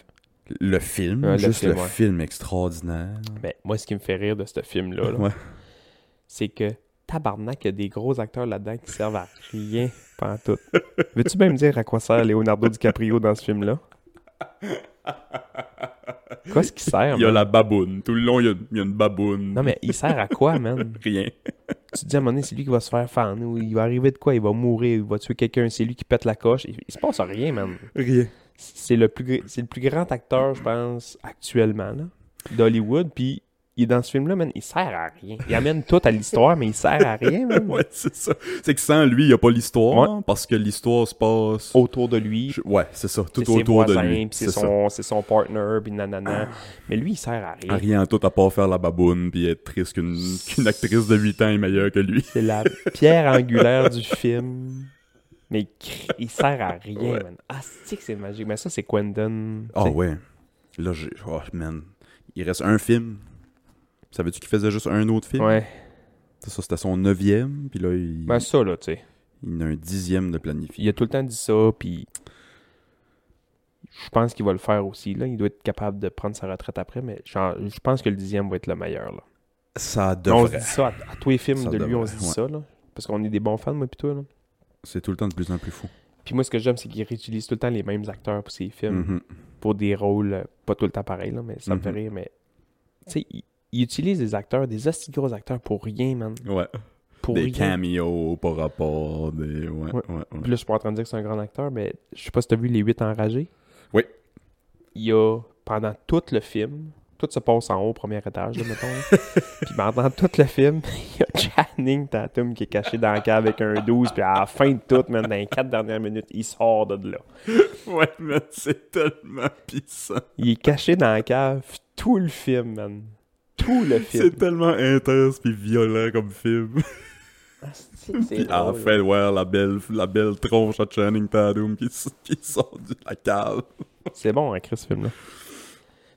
[SPEAKER 1] Le film,
[SPEAKER 2] Ouais, le
[SPEAKER 1] juste
[SPEAKER 2] film,
[SPEAKER 1] le
[SPEAKER 2] ouais.
[SPEAKER 1] film extraordinaire.
[SPEAKER 2] ben, moi, ce qui me fait rire de ce film-là, là,
[SPEAKER 1] Ouais.
[SPEAKER 2] c'est que tabarnak, il y a des gros acteurs là-dedans qui servent à rien, pas en tout. Veux-tu bien me dire à quoi sert Leonardo DiCaprio dans ce film-là? Quoi ce qu'il sert,
[SPEAKER 1] Il y a
[SPEAKER 2] man?
[SPEAKER 1] la baboune. Tout le long, il y a, il y a une baboune.
[SPEAKER 2] Non, mais il sert à quoi, man?
[SPEAKER 1] Rien.
[SPEAKER 2] Tu te dis à un moment donné, c'est lui qui va se faire fan, ou il va arriver de quoi, il va mourir, il va tuer quelqu'un, c'est lui qui pète la coche. Il, il se passe rien, man.
[SPEAKER 1] Rien.
[SPEAKER 2] c'est le plus gr- c'est le plus grand acteur je pense actuellement là, d'Hollywood puis il est dans ce film là man il sert à rien il amène tout à l'histoire mais il sert à rien man.
[SPEAKER 1] Ouais, c'est ça. C'est que sans lui, il n'y a pas l'histoire.
[SPEAKER 2] Ouais.
[SPEAKER 1] hein, Parce que l'histoire se passe.
[SPEAKER 2] autour de lui
[SPEAKER 1] Je- Ouais, c'est ça. Tout
[SPEAKER 2] c'est ses
[SPEAKER 1] autour de
[SPEAKER 2] voisins,
[SPEAKER 1] lui.
[SPEAKER 2] puis
[SPEAKER 1] C'est
[SPEAKER 2] c'est
[SPEAKER 1] ça. Ah.
[SPEAKER 2] son c'est son partner puis nanana mais lui il sert à rien
[SPEAKER 1] À Rien à tout à part faire la baboune puis être triste qu'une qu'une actrice de 8 ans est meilleure que lui.
[SPEAKER 2] c'est la pierre angulaire du film mais il, crie- il sert à rien
[SPEAKER 1] Ouais.
[SPEAKER 2] man ah c'est que c'est magique mais ça c'est Quentin
[SPEAKER 1] Ah
[SPEAKER 2] tu sais.
[SPEAKER 1] ouais. Là, j'ai. Oh man. Il reste un film. Savais-tu qu'il faisait juste un autre film?
[SPEAKER 2] ouais
[SPEAKER 1] Ça, ça, c'était son neuvième. Puis là, il,
[SPEAKER 2] ben ça là tu sais
[SPEAKER 1] il en a un dixième de planifié.
[SPEAKER 2] il a tout le temps dit ça, puis je pense qu'il va le faire aussi. Là. Il doit être capable de prendre sa retraite après, mais genre, je pense que le dixième va être le meilleur. Là.
[SPEAKER 1] Ça
[SPEAKER 2] on
[SPEAKER 1] devrait.
[SPEAKER 2] se dit ça à, à tous les films
[SPEAKER 1] Ça
[SPEAKER 2] de lui, on
[SPEAKER 1] devrait,
[SPEAKER 2] se dit
[SPEAKER 1] ouais.
[SPEAKER 2] ça, là, parce qu'on est des bons fans, moi pis toi. Là.
[SPEAKER 1] C'est tout le temps de plus en plus fou.
[SPEAKER 2] Puis moi, ce que j'aime, c'est qu'il réutilise tout le temps les mêmes acteurs pour ses films,
[SPEAKER 1] Mhm.
[SPEAKER 2] pour des rôles, euh, pas tout le temps pareils, là, mais ça me fait
[SPEAKER 1] Mhm.
[SPEAKER 2] rire, mais tu sais, il, il utilise des acteurs, des assez gros acteurs pour rien, man.
[SPEAKER 1] Mhm. Ouais.
[SPEAKER 2] pour
[SPEAKER 1] des
[SPEAKER 2] rien.
[SPEAKER 1] cameos par rapport, des... Ouais, ouais,
[SPEAKER 2] Ouais.
[SPEAKER 1] ouais.
[SPEAKER 2] Puis là, je suis pas en train de dire que c'est un grand acteur, mais je sais pas si t'as vu Les 8 Enragés.
[SPEAKER 1] Oui.
[SPEAKER 2] Il y a, pendant tout le film, tout se passe en haut, au premier étage, là, mettons. là. puis pendant tout le film, il y a Channing Tatum qui est caché dans la cave avec un 12, puis à la fin de tout, même dans les 4 dernières minutes, il sort de là.
[SPEAKER 1] Ouais, mais c'est tellement pissant.
[SPEAKER 2] Il est caché dans la cave tout le film, man. Tout le film.
[SPEAKER 1] C'est tellement intense puis violent comme film.
[SPEAKER 2] Ah, C'est
[SPEAKER 1] Puis
[SPEAKER 2] drôle, hein.
[SPEAKER 1] en
[SPEAKER 2] là.
[SPEAKER 1] fait, ouais, la belle, la belle tronche à Channing Tatum qui, s- qui sort de la cave.
[SPEAKER 2] C'est bon, hein, Chris, ce film-là.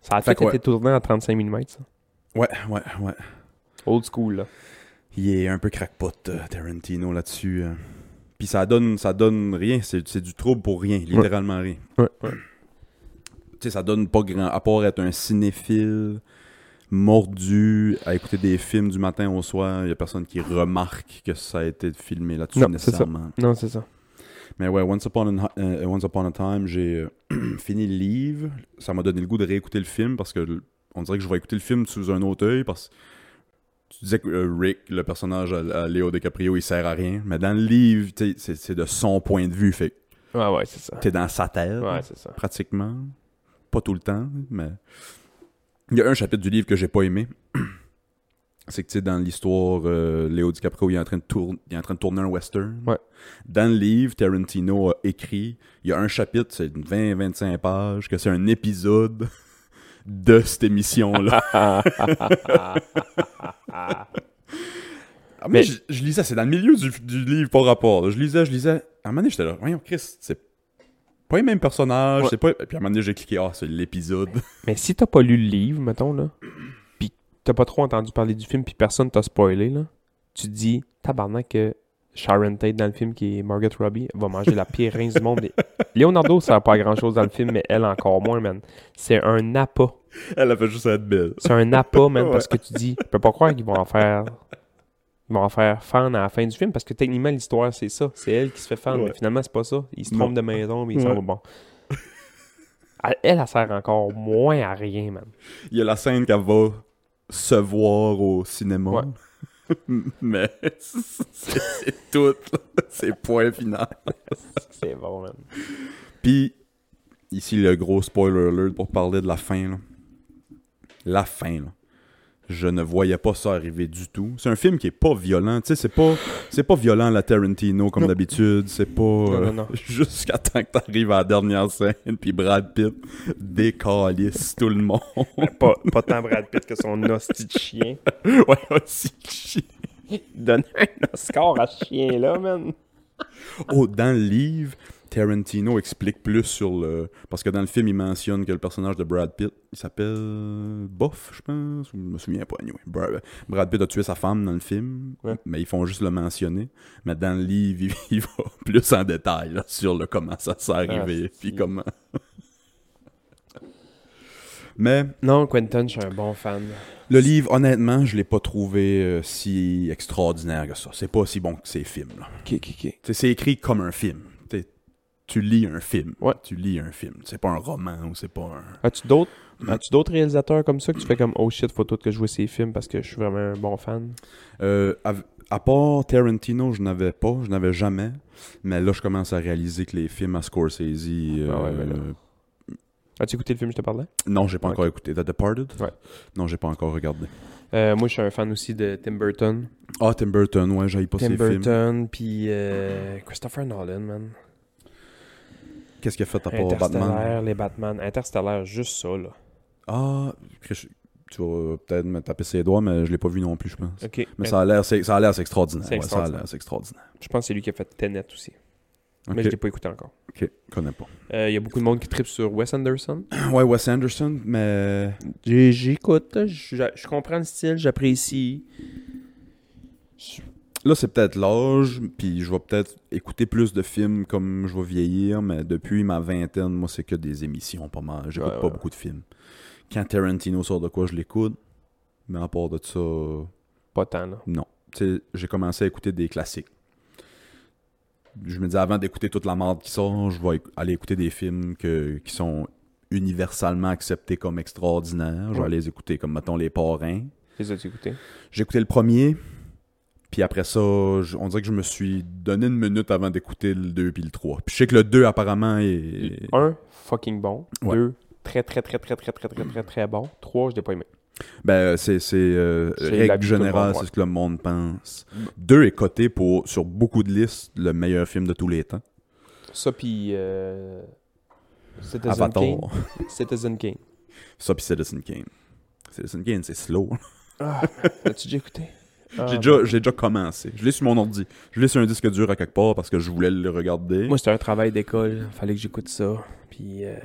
[SPEAKER 2] Ça a
[SPEAKER 1] Fait
[SPEAKER 2] fait
[SPEAKER 1] que
[SPEAKER 2] été tourné en 35 mm, ça.
[SPEAKER 1] Ouais, ouais, ouais.
[SPEAKER 2] Old school, là.
[SPEAKER 1] Il est un peu crackpot, euh, Tarantino, là-dessus. euh. Puis ça donne, ça donne rien. C'est c'est du trouble pour rien, littéralement rien.
[SPEAKER 2] Ouais, ouais.
[SPEAKER 1] tu sais, ça donne pas grand. À part être un cinéphile mordu à écouter des films du matin au soir, il y a personne qui remarque que ça a été filmé là-dessus
[SPEAKER 2] Non, c'est ça.
[SPEAKER 1] nécessairement.
[SPEAKER 2] Non, c'est ça.
[SPEAKER 1] Mais ouais, Once Upon a, euh, Once Upon a Time, j'ai euh, fini le livre. Ça m'a donné le goût de réécouter le film parce que l- on dirait que je vais écouter le film sous un autre œil parce que tu disais que euh, Rick, le personnage à, à Léo DiCaprio, il sert à rien. Mais dans le livre, tu sais, c'est c'est de son point de vue. Fait que
[SPEAKER 2] Ouais, ouais, c'est ça.
[SPEAKER 1] t'es dans sa tête
[SPEAKER 2] Ouais, c'est ça.
[SPEAKER 1] pratiquement. Pas tout le temps, mais. Il y a un chapitre du livre que j'ai pas aimé. C'est que, tu sais, dans l'histoire, euh, Léo DiCaprio, il est, en train de tourner, il est en train de tourner un western.
[SPEAKER 2] Ouais.
[SPEAKER 1] Dans le livre, Tarantino a écrit, il y a un chapitre, c'est une 20-25 pages, que c'est un épisode de cette émission-là. Ah, mais
[SPEAKER 2] Mais-
[SPEAKER 1] je, je lisais, c'est dans le milieu du, du livre par rapport. là. Je lisais, je lisais. À un moment donné, j'étais là, voyons, Chris, c'est pas les mêmes personnages,
[SPEAKER 2] Ouais.
[SPEAKER 1] c'est pas. Puis à un moment donné, j'ai cliqué, ah, c'est l'épisode.
[SPEAKER 2] Mais si t'as pas lu le livre, mettons, là, pis t'as pas trop entendu parler du film, pis personne t'a spoilé, là, tu te dis, tabarnak, que Sharon Tate dans le film, qui est Margaret Robbie, va manger la pire rince du monde. Leonardo, ça a pas grand chose dans le film, mais elle encore moins, man. C'est un appât.
[SPEAKER 1] Elle a fait juste être belle.
[SPEAKER 2] C'est un appât, même,
[SPEAKER 1] Ouais.
[SPEAKER 2] parce que tu dis, je peux pas croire qu'ils vont en faire. Ils vont en faire fan à la fin du film parce que techniquement l'histoire c'est ça. C'est elle qui se fait fan,
[SPEAKER 1] Ouais.
[SPEAKER 2] mais finalement c'est pas ça. Il se trompe
[SPEAKER 1] Non.
[SPEAKER 2] de maison mais il s'en
[SPEAKER 1] Ouais.
[SPEAKER 2] va bon. Elle, elle, elle sert encore moins à rien, man.
[SPEAKER 1] Il y a la scène qu'elle va se voir au cinéma.
[SPEAKER 2] Ouais.
[SPEAKER 1] Mais c'est c'est tout. là. C'est point final.
[SPEAKER 2] C'est bon, man.
[SPEAKER 1] Puis, ici, le gros spoiler alert pour parler de la fin. là. La fin, là. Je ne voyais pas ça arriver du tout. C'est un film qui est pas violent. Tu sais, c'est pas, c'est pas violent la Tarantino comme d'habitude. C'est pas. euh,
[SPEAKER 2] non, non.
[SPEAKER 1] Jusqu'à temps que t'arrives à la dernière scène, puis Brad Pitt décalisse tout le monde.
[SPEAKER 2] Pas, pas tant Brad Pitt que son hostie de chien.
[SPEAKER 1] ouais, aussi chiant.
[SPEAKER 2] Donner un Oscar à ce chien-là, man.
[SPEAKER 1] Oh, dans le livre, Tarantino explique plus sur le. Parce que dans le film, il mentionne que le personnage de Brad Pitt, il s'appelle Boff, je pense. ou Je me souviens pas, anyway. Bra- Brad Pitt a tué sa femme dans le film,
[SPEAKER 2] Ouais.
[SPEAKER 1] mais ils font juste le mentionner. Mais dans le livre, il, il va plus en détail là, sur le comment ça s'est arrivé,
[SPEAKER 2] si.
[SPEAKER 1] puis comment. mais
[SPEAKER 2] Non, Quentin, je suis un bon fan.
[SPEAKER 1] le livre, honnêtement, je l'ai pas trouvé euh, si extraordinaire que ça. C'est pas si bon que ces films, là.
[SPEAKER 2] Ok, ok, ok.
[SPEAKER 1] T'sais, c'est écrit comme un film. T'sais, tu lis un film.
[SPEAKER 2] Ouais.
[SPEAKER 1] Tu lis un film. C'est pas un roman ou c'est pas un.
[SPEAKER 2] As-tu d'autres as-tu d'autres réalisateurs comme ça que tu fais comme oh shit, faut tout que je vois ces films parce que je suis vraiment un bon fan?
[SPEAKER 1] Euh, av- à, part Tarantino, je n'avais pas, je n'avais jamais. Mais là, je commence à réaliser que les films à Scorsese. euh,
[SPEAKER 2] Ah ouais, ben là. As-tu écouté le film que je te parlais?
[SPEAKER 1] Non, j'ai pas
[SPEAKER 2] Ok.
[SPEAKER 1] encore écouté. The Departed
[SPEAKER 2] Ouais.
[SPEAKER 1] Non, j'ai pas encore regardé.
[SPEAKER 2] Euh, moi, je suis un fan aussi de Tim Burton.
[SPEAKER 1] Ah, Tim Burton, ouais, j'aille pas
[SPEAKER 2] Tim
[SPEAKER 1] ses films.
[SPEAKER 2] Burton, puis euh, Christopher Nolan, man.
[SPEAKER 1] Qu'est-ce qu'il a fait à part Batman
[SPEAKER 2] Interstellaire, les Batman. Interstellaire, juste ça, là.
[SPEAKER 1] Ah, Chris, tu vas peut-être me taper ses doigts, mais je l'ai pas vu non plus, je pense.
[SPEAKER 2] Ok.
[SPEAKER 1] Mais ça a l'air c'est- ça a l'air, c'est extraordinaire.
[SPEAKER 2] C'est
[SPEAKER 1] Ouais, ça a
[SPEAKER 2] extraordinaire.
[SPEAKER 1] l'air, c'est extraordinaire.
[SPEAKER 2] Je pense que c'est lui qui a fait Tenet aussi. Mais
[SPEAKER 1] Ok,
[SPEAKER 2] je l'ai pas écouté encore.
[SPEAKER 1] ok, connais pas.
[SPEAKER 2] Euh, Il y a beaucoup de monde qui tripe sur Wes Anderson.
[SPEAKER 1] Ouais, Wes Anderson, mais.
[SPEAKER 2] J'ai- J'écoute, là, je je comprends le style, j'apprécie.
[SPEAKER 1] Là, c'est peut-être l'âge, puis je vais peut-être écouter plus de films comme je vais vieillir, mais depuis ma vingtaine, moi, c'est que des émissions, pas mal. J'écoute
[SPEAKER 2] Ouais,
[SPEAKER 1] pas
[SPEAKER 2] ouais.
[SPEAKER 1] beaucoup de films. Quand Tarantino sort de quoi, je l'écoute, mais à part de ça,
[SPEAKER 2] Pas tant, là.
[SPEAKER 1] non. Tu sais, j'ai commencé à écouter des classiques. Je me dis, avant d'écouter toute la merde qui sort, je vais éc- aller écouter des films que, qui sont universellement acceptés comme extraordinaires. Je vais
[SPEAKER 2] Ouais.
[SPEAKER 1] aller les écouter, comme, mettons, Les Parrains.
[SPEAKER 2] Les as-tu écoutés?
[SPEAKER 1] J'ai écouté le premier, puis puis après ça, je- on dirait que je me suis donné une minute avant d'écouter le 2 puis le 3. Puis je sais que le 2, apparemment, est...
[SPEAKER 2] Un, fucking bon.
[SPEAKER 1] Ouais.
[SPEAKER 2] Deux, très, très, très, très, très, très, très, très, très bon. Trois, je l'ai pas aimé.
[SPEAKER 1] Ben, c'est, c'est euh,
[SPEAKER 2] C'est
[SPEAKER 1] règle
[SPEAKER 2] l'habitude de le
[SPEAKER 1] générale,
[SPEAKER 2] voir,
[SPEAKER 1] c'est ce que le monde pense. Deux est coté pour, sur beaucoup de listes, le meilleur film de tous les temps.
[SPEAKER 2] Ça, puis. euh, Citizen
[SPEAKER 1] Avatar.
[SPEAKER 2] Kane. Citizen Kane.
[SPEAKER 1] Ça, puis Citizen Kane. Citizen Kane, c'est slow.
[SPEAKER 2] L'as-tu déjà écouté? Ah,
[SPEAKER 1] j'ai,
[SPEAKER 2] ben.
[SPEAKER 1] déjà, j'ai déjà commencé. Je l'ai sur mon ordi. Je l'ai sur un disque dur à quelque part parce que je voulais le regarder.
[SPEAKER 2] Moi, c'était un travail d'école. Fallait que j'écoute ça. Puis. euh,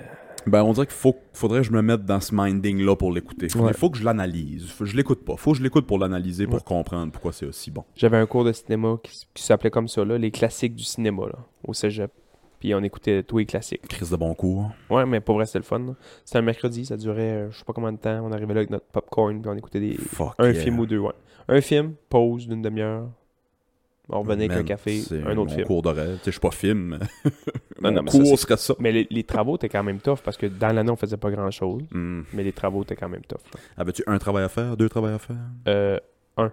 [SPEAKER 1] Ben, on dirait qu'il faut, faudrait que je me mette dans ce minding-là pour l'écouter. Il
[SPEAKER 2] Ouais.
[SPEAKER 1] faut que je l'analyse. Faut- Je l'écoute pas. Faut que je l'écoute pour l'analyser, pour
[SPEAKER 2] Ouais.
[SPEAKER 1] comprendre pourquoi c'est aussi bon.
[SPEAKER 2] J'avais un cours de cinéma qui, s- qui s'appelait comme ça, là, les classiques du cinéma, là, au cégep. Puis on écoutait tous les classiques.
[SPEAKER 1] Crise de bon cours.
[SPEAKER 2] Ouais, mais pour vrai, c'était le fun. là. C'était un mercredi, ça durait euh, je sais pas combien de temps. On arrivait là avec notre popcorn, puis on écoutait des...
[SPEAKER 1] Fuck
[SPEAKER 2] un
[SPEAKER 1] yeah.
[SPEAKER 2] film ou deux, ouais. Un film, pause d'une demi-heure. On revenait avec
[SPEAKER 1] Man,
[SPEAKER 2] un café,
[SPEAKER 1] c'est
[SPEAKER 2] un autre
[SPEAKER 1] mon
[SPEAKER 2] film.
[SPEAKER 1] cours d'horaire. Tu sais, je suis pas film. mon
[SPEAKER 2] Non, non, mais ça,
[SPEAKER 1] cours
[SPEAKER 2] c'est-
[SPEAKER 1] serait ça.
[SPEAKER 2] Mais les, les travaux étaient quand même tough parce que dans l'année, on faisait pas grand chose.
[SPEAKER 1] Hmm.
[SPEAKER 2] Mais les travaux étaient quand même tough. là.
[SPEAKER 1] Avais-tu un travail à faire, deux travails à faire?
[SPEAKER 2] Euh, un.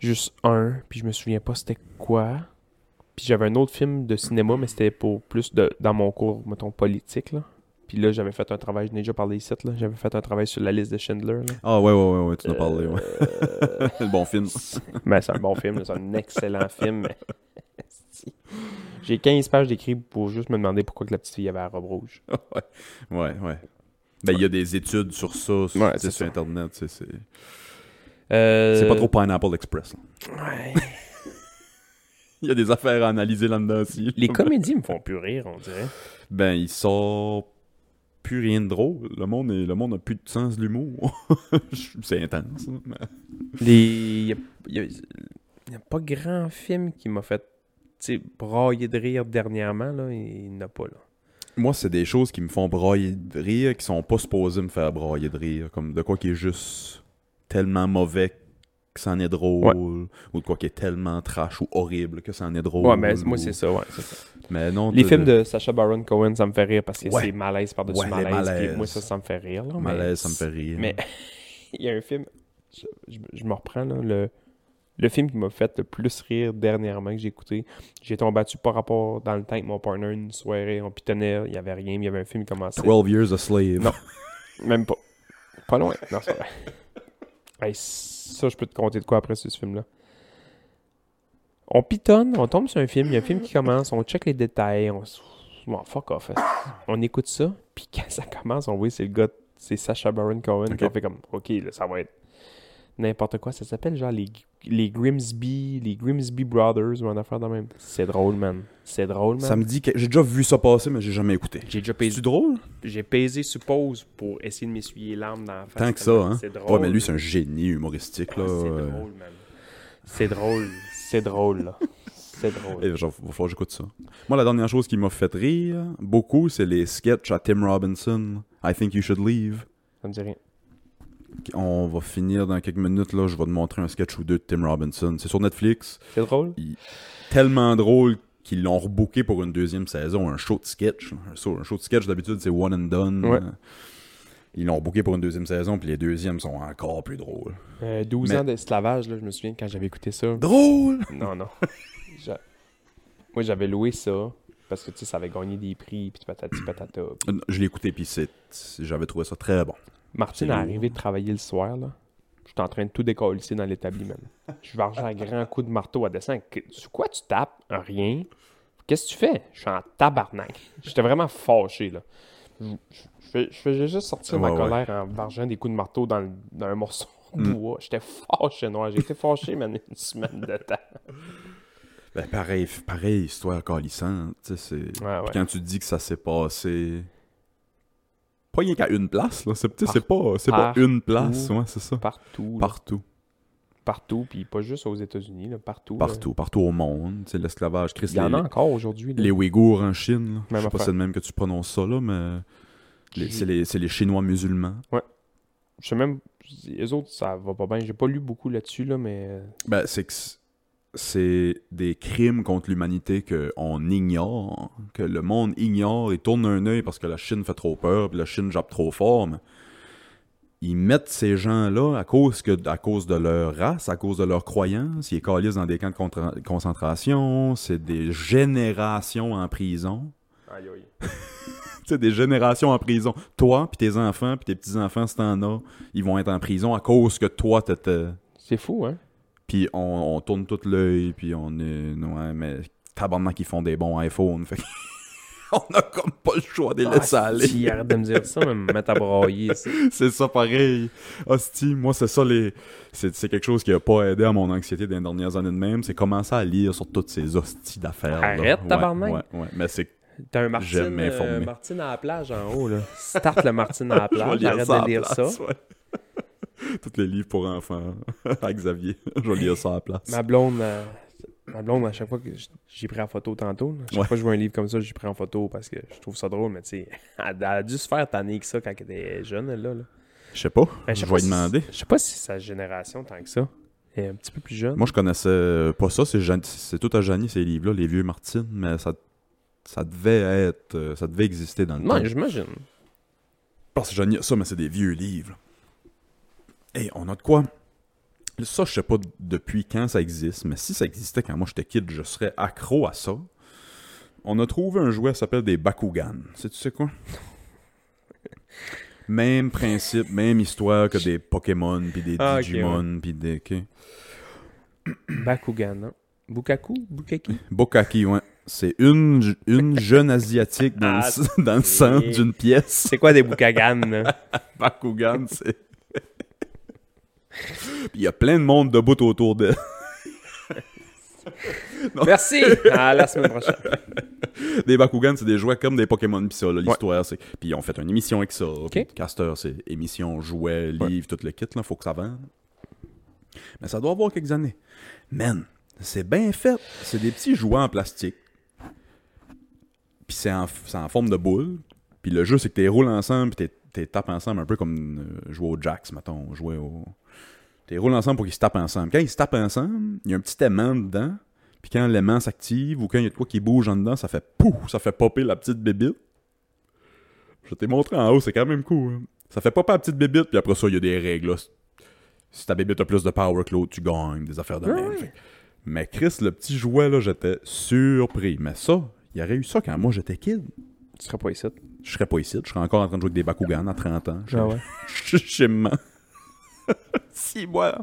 [SPEAKER 2] Juste un, puis je me souviens pas c'était quoi. Puis j'avais un autre film de cinéma, mais c'était pour plus de, dans mon cours, mettons, politique, là. Puis là, j'avais fait un travail, je n'ai déjà parlé ici, là. J'avais fait un travail sur la liste de Schindler, là.
[SPEAKER 1] Ah ouais, ouais, ouais, ouais, tu en as
[SPEAKER 2] Euh,
[SPEAKER 1] parlé, ouais. Le bon film.
[SPEAKER 2] Mais c'est un bon film, là, c'est un excellent film. mais- Esti. J'ai 15 pages d'écrit pour juste me demander pourquoi que la petite fille avait la robe rouge.
[SPEAKER 1] ouais, ouais, ouais. Ben, il y a des études sur ça, sur,
[SPEAKER 2] Ouais,
[SPEAKER 1] tu sais,
[SPEAKER 2] c'est
[SPEAKER 1] sur
[SPEAKER 2] ça.
[SPEAKER 1] Internet. tu sais, C'est
[SPEAKER 2] Euh,
[SPEAKER 1] c'est pas trop Pineapple Express. là.
[SPEAKER 2] ouais.
[SPEAKER 1] Il y a des affaires à analyser là-dedans aussi.
[SPEAKER 2] Les comédies me font plus rire, on dirait.
[SPEAKER 1] Ben, il sort plus rien de drôle. Le monde, est- le monde a plus de sens de l'humour. c'est intense. hein, mais-
[SPEAKER 2] Les... Il n'y a, y a pas grand film qui m'a fait tu sais, brailler de rire dernièrement. Là, il n'y en a pas. Là.
[SPEAKER 1] Moi, c'est des choses qui me font brailler de rire, qui sont pas supposées me faire brailler de rire. Comme de quoi qui est juste tellement mauvais que ça en est drôle, ou de quoi qui est tellement trash ou horrible que ça en est drôle.
[SPEAKER 2] Ouais, mais
[SPEAKER 1] ou-
[SPEAKER 2] moi, c'est ça. Ouais, c'est ça.
[SPEAKER 1] Mais non,
[SPEAKER 2] Les films de Sacha Baron Cohen, ça me fait rire parce que
[SPEAKER 1] Oh. Ouais.
[SPEAKER 2] c'est malaise par-dessus
[SPEAKER 1] Ouais, les
[SPEAKER 2] malaise.
[SPEAKER 1] malaises.
[SPEAKER 2] puis moi, ça, ça me fait rire. Là, mais-
[SPEAKER 1] Malaise, ça me fait rire.
[SPEAKER 2] Mais il y a un film, je, je- je me reprends, là, le, le film qui m'a fait le plus rire dernièrement que j'ai écouté. J'ai tombé dessus par rapport dans le temps avec mon partner une soirée. On pitonnait, il n'y avait rien, mais il y avait un film qui commençait.
[SPEAKER 1] 12 Years a Slave.
[SPEAKER 2] Non. Même pas. Pas loin. Non, c'est pas vrai. Hey, ça, je peux te compter de quoi après ce film-là. On pitonne, on tombe sur un film, il y a un film qui commence, on check les détails, on se... Bon, fuck off. esti. On écoute ça, puis quand ça commence, on voit c'est le gars, c'est Sacha Baron Cohen,
[SPEAKER 1] Ok.
[SPEAKER 2] qui on fait comme, ok, là, ça va être n'importe quoi. Ça s'appelle genre les, les Grimsby, les Grimsby Brothers ou un affaire de même. C'est drôle, man. C'est drôle, man.
[SPEAKER 1] Ça me dit que j'ai déjà vu ça passer, mais j'ai jamais écouté.
[SPEAKER 2] J'ai déjà
[SPEAKER 1] C'est drôle?
[SPEAKER 2] j'ai pesé sur pause pour essayer de m'essuyer l'arme dans la face.
[SPEAKER 1] Tant que ça,
[SPEAKER 2] tellement
[SPEAKER 1] hein.
[SPEAKER 2] C'est drôle.
[SPEAKER 1] Ouais, mais lui, c'est un génie humoristique,
[SPEAKER 2] Ah,
[SPEAKER 1] là.
[SPEAKER 2] C'est
[SPEAKER 1] Euh,
[SPEAKER 2] drôle, man. C'est drôle. C'est drôle, là. C'est drôle.
[SPEAKER 1] Et genre, va falloir que j'écoute ça. Moi, la dernière chose qui m'a fait rire beaucoup, c'est les sketchs à Tim Robinson. I think you should leave.
[SPEAKER 2] Ça me dit rien.
[SPEAKER 1] On va finir dans quelques minutes, là. Je vais te montrer un sketch ou deux de Tim Robinson. C'est sur Netflix.
[SPEAKER 2] C'est drôle?
[SPEAKER 1] Tellement drôle qu'ils l'ont rebooké pour une deuxième saison. Un show de sketch. Un show, un show de sketch, d'habitude, c'est one and done.
[SPEAKER 2] Ouais.
[SPEAKER 1] Ils l'ont rebooké pour une deuxième saison, puis les deuxièmes sont encore plus drôles.
[SPEAKER 2] Euh, 12
[SPEAKER 1] Mais-
[SPEAKER 2] ans d'esclavage, là, je me souviens quand j'avais écouté ça.
[SPEAKER 1] Drôle!
[SPEAKER 2] Non, non. J'a- Moi, j'avais loué ça parce que, tu sais, ça avait gagné des prix, puis patati patata. puis-
[SPEAKER 1] Je l'ai écouté, puis c'est- j'avais trouvé ça très bon.
[SPEAKER 2] Martine
[SPEAKER 1] C'est
[SPEAKER 2] est
[SPEAKER 1] lourd.
[SPEAKER 2] arrivée de travailler le soir, là. J'étais en train de tout décoller dans l'établissement. Je vais arracher un grand coup de marteau à dessin. Que- Sur quoi tu tapes? Rien. Qu'est-ce que tu fais? Je suis en tabarnak. J'étais vraiment fâché, là. Je, je- je fais- je faisais juste sortir ma
[SPEAKER 1] Ouais, Mm. ouais.
[SPEAKER 2] colère en bargeant des coups de marteau dans, le- dans un morceau de bois. J'étais fâché, noir. J'ai été fâché, man, une semaine de temps.
[SPEAKER 1] Ben, pareil, f- pareil, histoire calissante, tu sais, c'est...
[SPEAKER 2] Ouais,
[SPEAKER 1] Puis
[SPEAKER 2] ouais.
[SPEAKER 1] Quand tu dis que ça s'est passé... Pas rien qu'à une place, là. C'est, tu sais, c'est pas, c'est pas
[SPEAKER 2] partout.
[SPEAKER 1] une place, ouais, c'est ça.
[SPEAKER 2] Partout, là.
[SPEAKER 1] Partout,
[SPEAKER 2] partout, puis pas juste aux États-Unis, là, partout. là.
[SPEAKER 1] partout, partout au monde, tu sais, l'esclavage. Chris,
[SPEAKER 2] Il y
[SPEAKER 1] les,
[SPEAKER 2] en a encore aujourd'hui. là.
[SPEAKER 1] les Ouïghours en Chine, là.
[SPEAKER 2] Même
[SPEAKER 1] je sais pas
[SPEAKER 2] affaire.
[SPEAKER 1] si c'est le même que tu prononces ça, là, mais... les-
[SPEAKER 2] J'ai-
[SPEAKER 1] c'est, les, c'est les Chinois musulmans.
[SPEAKER 2] je sais même, les autres, ça va pas bien. J'ai pas lu beaucoup là-dessus, là, mais.
[SPEAKER 1] Ben, c'est que c- c'est des crimes contre l'humanité qu'on ignore, que le monde ignore et tourne un œil parce que la Chine fait trop peur, puis la Chine jappe trop fort. mais ils mettent ces gens-là à cause, que, à cause de leur race, à cause de leurs croyances. Ils les calisent dans des camps de contra- concentration. C'est des générations en prison.
[SPEAKER 2] Aïe, aïe.
[SPEAKER 1] Tu sais, des générations en prison. Toi, puis tes enfants, puis tes petits-enfants, si t'en as, ils vont être en prison à cause que toi, t'étais...
[SPEAKER 2] C'est fou, hein?
[SPEAKER 1] Puis on, on tourne tout l'œil, puis on est... Ouais, mais tabarnak, qu'ils font des bons iPhones. Fait que on a comme pas le choix de les laisser aller.
[SPEAKER 2] Ah, Si, arrête de me dire ça, mais me mettre à brailler. ça.
[SPEAKER 1] C'est ça pareil. Hostie, moi, c'est ça les. C'est, c'est quelque chose qui a pas aidé à mon anxiété des dernières années de même. C'est commencer à lire sur toutes ces hosties d'affaires. là.
[SPEAKER 2] Arrête,
[SPEAKER 1] Ouais,
[SPEAKER 2] tabarnak.
[SPEAKER 1] Ouais, ouais. Mais c'est.
[SPEAKER 2] T'as un Martine,
[SPEAKER 1] J'aime m'informer.
[SPEAKER 2] euh, Martine à la plage en haut, là. Start le Martine à la
[SPEAKER 1] Je vais
[SPEAKER 2] plage,
[SPEAKER 1] lire
[SPEAKER 2] arrête
[SPEAKER 1] ça. à
[SPEAKER 2] de lire
[SPEAKER 1] la
[SPEAKER 2] ça.
[SPEAKER 1] place, ouais. Tous les livres pour enfants à Xavier. Je vais lire ça à la place.
[SPEAKER 2] Ma blonde, euh, ma blonde, à chaque fois que j- j'ai pris en photo tantôt, là, à chaque
[SPEAKER 1] Ouais.
[SPEAKER 2] fois que je vois un livre comme ça, j'ai pris en photo parce que je trouve ça drôle, mais tu sais, elle, elle a dû se faire tanner que ça quand elle était jeune, elle, là. là.
[SPEAKER 1] Je sais pas. je
[SPEAKER 2] Ben, sais
[SPEAKER 1] vais
[SPEAKER 2] pas
[SPEAKER 1] lui
[SPEAKER 2] si-
[SPEAKER 1] demander.
[SPEAKER 2] Je sais pas si sa génération, tant que ça, est un petit peu plus jeune.
[SPEAKER 1] Moi, je connaissais euh, pas ça. C'est, Jean- c'est tout à Janie, ces livres-là, les vieux Martine. Mais ça, ça devait être. euh, Ça devait exister dans le temps.
[SPEAKER 2] non, j'imagine.
[SPEAKER 1] Parce que j'en ai ça, mais c'est des vieux livres. Hey, on a de quoi? Ça, je sais pas depuis quand ça existe, mais si ça existait quand moi j'étais kid, je serais accro à ça. On a trouvé un jouet qui s'appelle des Bakugan. Sais-tu c'est quoi? même principe, même histoire que des Pokémon, puis des
[SPEAKER 2] Ah, ok,
[SPEAKER 1] Digimon, puis des... ok.
[SPEAKER 2] Bakugan, non? Bukaku? Bukaki?
[SPEAKER 1] Bokaki, ouais. C'est une, je- une jeune asiatique dans,
[SPEAKER 2] Ah,
[SPEAKER 1] le, dans le centre d'une pièce.
[SPEAKER 2] C'est quoi des Bukagan, là?
[SPEAKER 1] Bakugan, c'est. Puis il y a plein de monde debout autour d'elle.
[SPEAKER 2] Merci! À Ah, la semaine prochaine.
[SPEAKER 1] Des Bakugan, c'est des jouets comme des Pokémon, pis ça, là, l'histoire, c'est. Puis ils ont fait une émission avec ça. Puis Caster, c'est émission, jouets, livres, tout le kit, là, faut que ça vende. Mais ça doit avoir quelques années. Man, c'est bien fait. C'est des petits jouets en plastique. Puis c'est en, c'est en forme de boule. Puis le jeu, c'est que t'es roules ensemble, puis t'es- t'es tapes ensemble, un peu comme euh, jouer au Jax, mettons, jouer au. T'es roules ensemble pour qu'ils se tapent ensemble. Quand ils se tapent ensemble, il y a un petit aimant dedans. Puis quand l'aimant s'active ou quand il y a de quoi qui bouge en dedans, ça fait pouf, ça fait popper la petite bébite. Je t'ai montré en haut, c'est quand même cool. hein. Ça fait popper la petite bébite, puis après ça, il y a des règles. là. Si ta bébite a plus de power que l'autre, tu gagnes, des affaires de
[SPEAKER 2] Ouais,
[SPEAKER 1] même.
[SPEAKER 2] ouais.
[SPEAKER 1] Fait que- Mais Chris, le petit jouet, là, j'étais surpris. Mais ça, il y aurait eu ça quand moi j'étais kid.
[SPEAKER 2] Tu seras pas ici.
[SPEAKER 1] Je serais pas ici, je serais encore en train de jouer avec des Bakugan à 30 ans. Je-
[SPEAKER 2] Ah ouais.
[SPEAKER 1] Chichement. si, moi.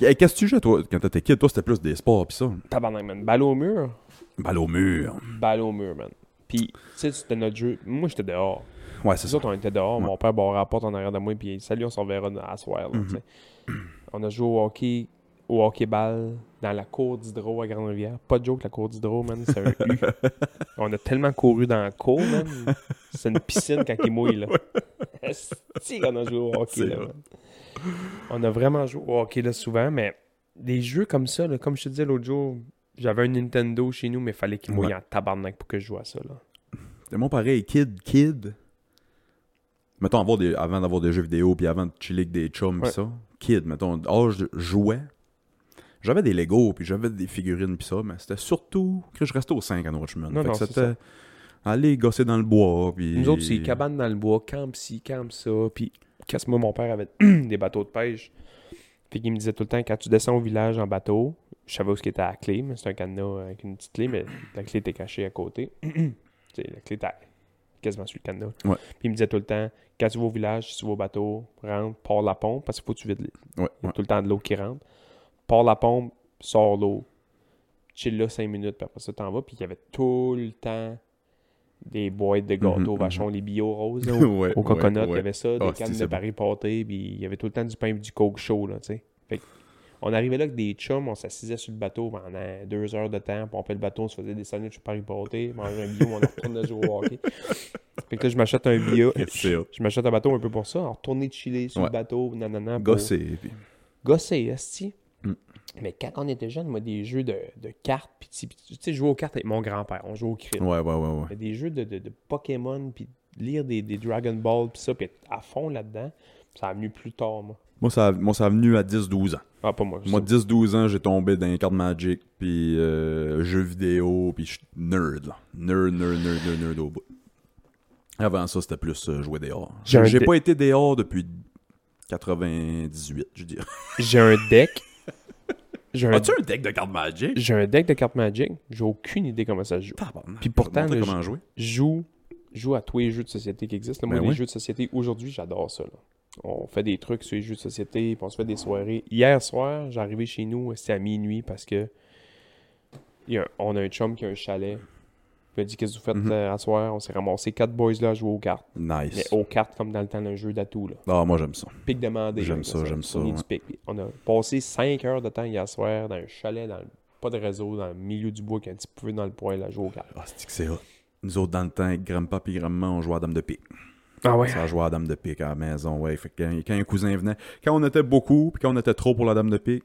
[SPEAKER 1] Hey, Qu'est-ce que tu jouais, toi, quand t'étais kid? Toi, c'était plus des sports, pis ça.
[SPEAKER 2] Tabarnak, man. Balle au mur?
[SPEAKER 1] Balle au mur.
[SPEAKER 2] Balle au mur, man. Puis, tu sais, c'était notre jeu. Moi, j'étais dehors.
[SPEAKER 1] Ouais, c'est
[SPEAKER 2] Nous
[SPEAKER 1] ça.
[SPEAKER 2] autres, on était dehors. Mon père barrait la porte en arrière de moi. Puis, il dit, salut, on s'en verra à soir. là, tu sais.
[SPEAKER 1] Mm-hmm.
[SPEAKER 2] On a joué au hockey, au hockey-ball dans la cour d'Hydro à Grande-Rivière. Pas de joke, la cour d'Hydro, man. C'est un U. on a tellement couru dans la cour, man. C'est une piscine quand il mouille, là. Esti qu'on a joué au hockey,
[SPEAKER 1] C'est
[SPEAKER 2] là,
[SPEAKER 1] vrai.
[SPEAKER 2] man. On a vraiment joué au hockey, là, souvent. Mais des jeux comme ça, là, comme je te disais l'autre jour, j'avais un Nintendo chez nous, mais fallait qu'il mouille
[SPEAKER 1] Ouais.
[SPEAKER 2] en tabarnak pour que je joue à ça, là.
[SPEAKER 1] C'était mon pareil, kid, kid. Mettons, avoir des- avant d'avoir des jeux vidéo, puis avant de chiller avec des chums, pis
[SPEAKER 2] Ouais.
[SPEAKER 1] ça. Kid, mettons, âge de jouet. J'avais des Lego, puis j'avais des figurines, puis ça, mais c'était surtout que je restais au 5 à Watchmen.
[SPEAKER 2] Non,
[SPEAKER 1] fait
[SPEAKER 2] non,
[SPEAKER 1] que
[SPEAKER 2] c'est
[SPEAKER 1] c'était aller gosser dans le bois, puis...
[SPEAKER 2] Nous autres, c'est cabane dans le bois, camp ci, camp ça. Puis, casse moi, mon père avait des bateaux de pêche. Puis, il me disait tout le temps, quand tu descends au village en bateau, je savais où ce qui était à la clé, mais c'était un cadenas avec une petite clé, mais la clé était cachée à côté. tu sais, la clé était quasiment sur le cadenas.
[SPEAKER 1] Ouais.
[SPEAKER 2] Puis, il me disait tout le temps, quand tu vas au village, si tu vas au bateau, rentre, pars la pompe, parce qu'il faut que tu vides les-
[SPEAKER 1] Ouais,
[SPEAKER 2] il y
[SPEAKER 1] ouais.
[SPEAKER 2] a tout le temps de l'eau qui rentre. Pars la pompe, sors l'eau. Chill là 5 minutes, puis après ça, t'en vas. Puis il y avait tout le temps des boîtes de gâteaux
[SPEAKER 1] Mhm,
[SPEAKER 2] vachon, les bio roses, là, au,
[SPEAKER 1] Ouais,
[SPEAKER 2] au coconut.
[SPEAKER 1] ouais,
[SPEAKER 2] Il y
[SPEAKER 1] ouais.
[SPEAKER 2] avait ça, des
[SPEAKER 1] Ah,
[SPEAKER 2] cannes
[SPEAKER 1] c'est-
[SPEAKER 2] de
[SPEAKER 1] c'est bon.
[SPEAKER 2] Paris pâté, puis il y avait tout le temps du pain et du coke chaud, là, tu sais. Fait que on arrivait là avec des chums, on s'assisait sur le bateau pendant deux heures de temps, puis on fait le bateau, on se faisait des sandwichs sur Paris pâté, mangeait un bio, on retournait jouer au hockey. Fait que là, je m'achète un bio.
[SPEAKER 1] C'est hot.
[SPEAKER 2] Je m'achète un bateau un peu pour ça, en retourner chiller sur
[SPEAKER 1] Ouais.
[SPEAKER 2] le bateau, nanana. pour-
[SPEAKER 1] Gosser, puis...
[SPEAKER 2] gossé, esti.
[SPEAKER 1] Mm.
[SPEAKER 2] Mais quand on était jeune, moi, des jeux de, de cartes, pis tu tu sais, jouer aux cartes avec mon grand-père, on jouait au crime.
[SPEAKER 1] Ouais, ouais, ouais, ouais.
[SPEAKER 2] Mais des jeux de, de- de Pokémon, puis lire des, des Dragon Ball, pis ça, pis être à fond là-dedans, ça a venu plus tard, moi.
[SPEAKER 1] Moi, ça, moi, ça a venu à 10-12 ans.
[SPEAKER 2] Ah, pas moi.
[SPEAKER 1] Moi, 10-12 ans, j'ai tombé dans les cartes Magic, puis euh, jeux vidéo, puis je suis nerd, là. Nerd, nerd, nerd, nerd, nerd au bout. Avant ça, c'était plus euh, jouer dehors.
[SPEAKER 2] J'ai un
[SPEAKER 1] J'ai
[SPEAKER 2] dé-
[SPEAKER 1] pas été dehors depuis 98, je dirais.
[SPEAKER 2] J'ai un deck. J'ai un,
[SPEAKER 1] As-tu un deck de cartes Magic?
[SPEAKER 2] j'ai un deck de cartes Magic. J'ai aucune idée comment ça se joue.
[SPEAKER 1] Tabarnak,
[SPEAKER 2] Puis
[SPEAKER 1] je vais te
[SPEAKER 2] pourtant,
[SPEAKER 1] montrer
[SPEAKER 2] le-
[SPEAKER 1] comment jouer.
[SPEAKER 2] joue, joue à tous les jeux de société qui existent. là. Moi,
[SPEAKER 1] Ben
[SPEAKER 2] les
[SPEAKER 1] oui.
[SPEAKER 2] jeux de société, aujourd'hui, j'adore ça. là. On fait des trucs sur les jeux de société, puis on se fait des soirées. Hier soir, j'arrivais chez nous, c'était à minuit parce que il y a un- on a un chum qui a un chalet. Il m'a dit Qu'est-ce que vous faites
[SPEAKER 1] Mhm.
[SPEAKER 2] euh, à soir On s'est ramassé quatre boys là à jouer aux cartes. Mais
[SPEAKER 1] Nice.
[SPEAKER 2] aux cartes, comme dans le temps d'un jeu d'atout. là.
[SPEAKER 1] Ah, moi, j'aime ça.
[SPEAKER 2] Pique demandé.
[SPEAKER 1] J'aime
[SPEAKER 2] là,
[SPEAKER 1] ça, j'aime ça,
[SPEAKER 2] On est du
[SPEAKER 1] ouais.
[SPEAKER 2] pic. On a passé 5 heures de temps hier soir dans un chalet, dans le- pas de réseau, dans le milieu du bois, qui un petit peu dans le poêle là, à jouer aux cartes.
[SPEAKER 1] Ah, c'est que c'est hot. Nous autres, dans le temps, avec grand-papa et grand-maman, on jouait à Dame de Pique.
[SPEAKER 2] Ah ouais
[SPEAKER 1] Ça jouait à Dame de Pique à la maison, ouais. Fait que quand, quand un cousin venait, quand on était beaucoup, puis quand on était trop pour la Dame de Pique,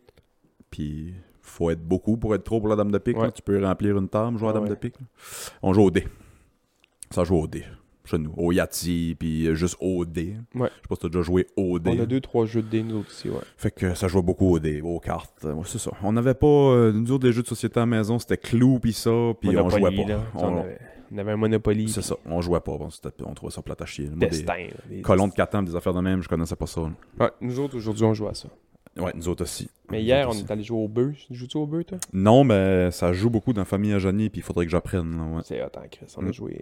[SPEAKER 1] puis faut être beaucoup pour être trop pour la Dame de Pique,
[SPEAKER 2] Ouais.
[SPEAKER 1] là. tu peux remplir une table, jouer à
[SPEAKER 2] Ah
[SPEAKER 1] Dame
[SPEAKER 2] ouais.
[SPEAKER 1] de Pique. là. On joue au dé. Ça joue au dé. Chez nous, au Yati, puis euh, juste au dé.
[SPEAKER 2] Ouais.
[SPEAKER 1] Je sais pas si t'as déjà joué au dé.
[SPEAKER 2] On a deux, trois jeux de dés, nous autres aussi, ouais.
[SPEAKER 1] Fait que ça jouait beaucoup aux, dés, aux cartes. Ouais, c'est ça. On n'avait pas. euh, nous autres, les jeux de société à la maison, c'était clou puis ça, puis on jouait
[SPEAKER 2] Monopoly,
[SPEAKER 1] pas.
[SPEAKER 2] là. Tu sais,
[SPEAKER 1] On-
[SPEAKER 2] On, avait, on avait un Monopoly.
[SPEAKER 1] C'est
[SPEAKER 2] puis
[SPEAKER 1] ça, on jouait pas. Bon, c'était- on trouvait ça plate à chier. Moi, des
[SPEAKER 2] Destin. là, des-
[SPEAKER 1] colons de Catan, des affaires de même, je connaissais pas ça. là.
[SPEAKER 2] Ouais, nous autres, aujourd'hui, on joue à ça.
[SPEAKER 1] Ouais, nous autres aussi.
[SPEAKER 2] Mais
[SPEAKER 1] Nous
[SPEAKER 2] hier, on
[SPEAKER 1] autres aussi.
[SPEAKER 2] est allé jouer au bœuf. Tu Joues-tu au bœuf, toi
[SPEAKER 1] Non, mais ça joue beaucoup dans Famille à Johnny, puis il faudrait que j'apprenne. là, ouais.
[SPEAKER 2] C'est hot, hein, Chris. On a
[SPEAKER 1] Mm.
[SPEAKER 2] joué.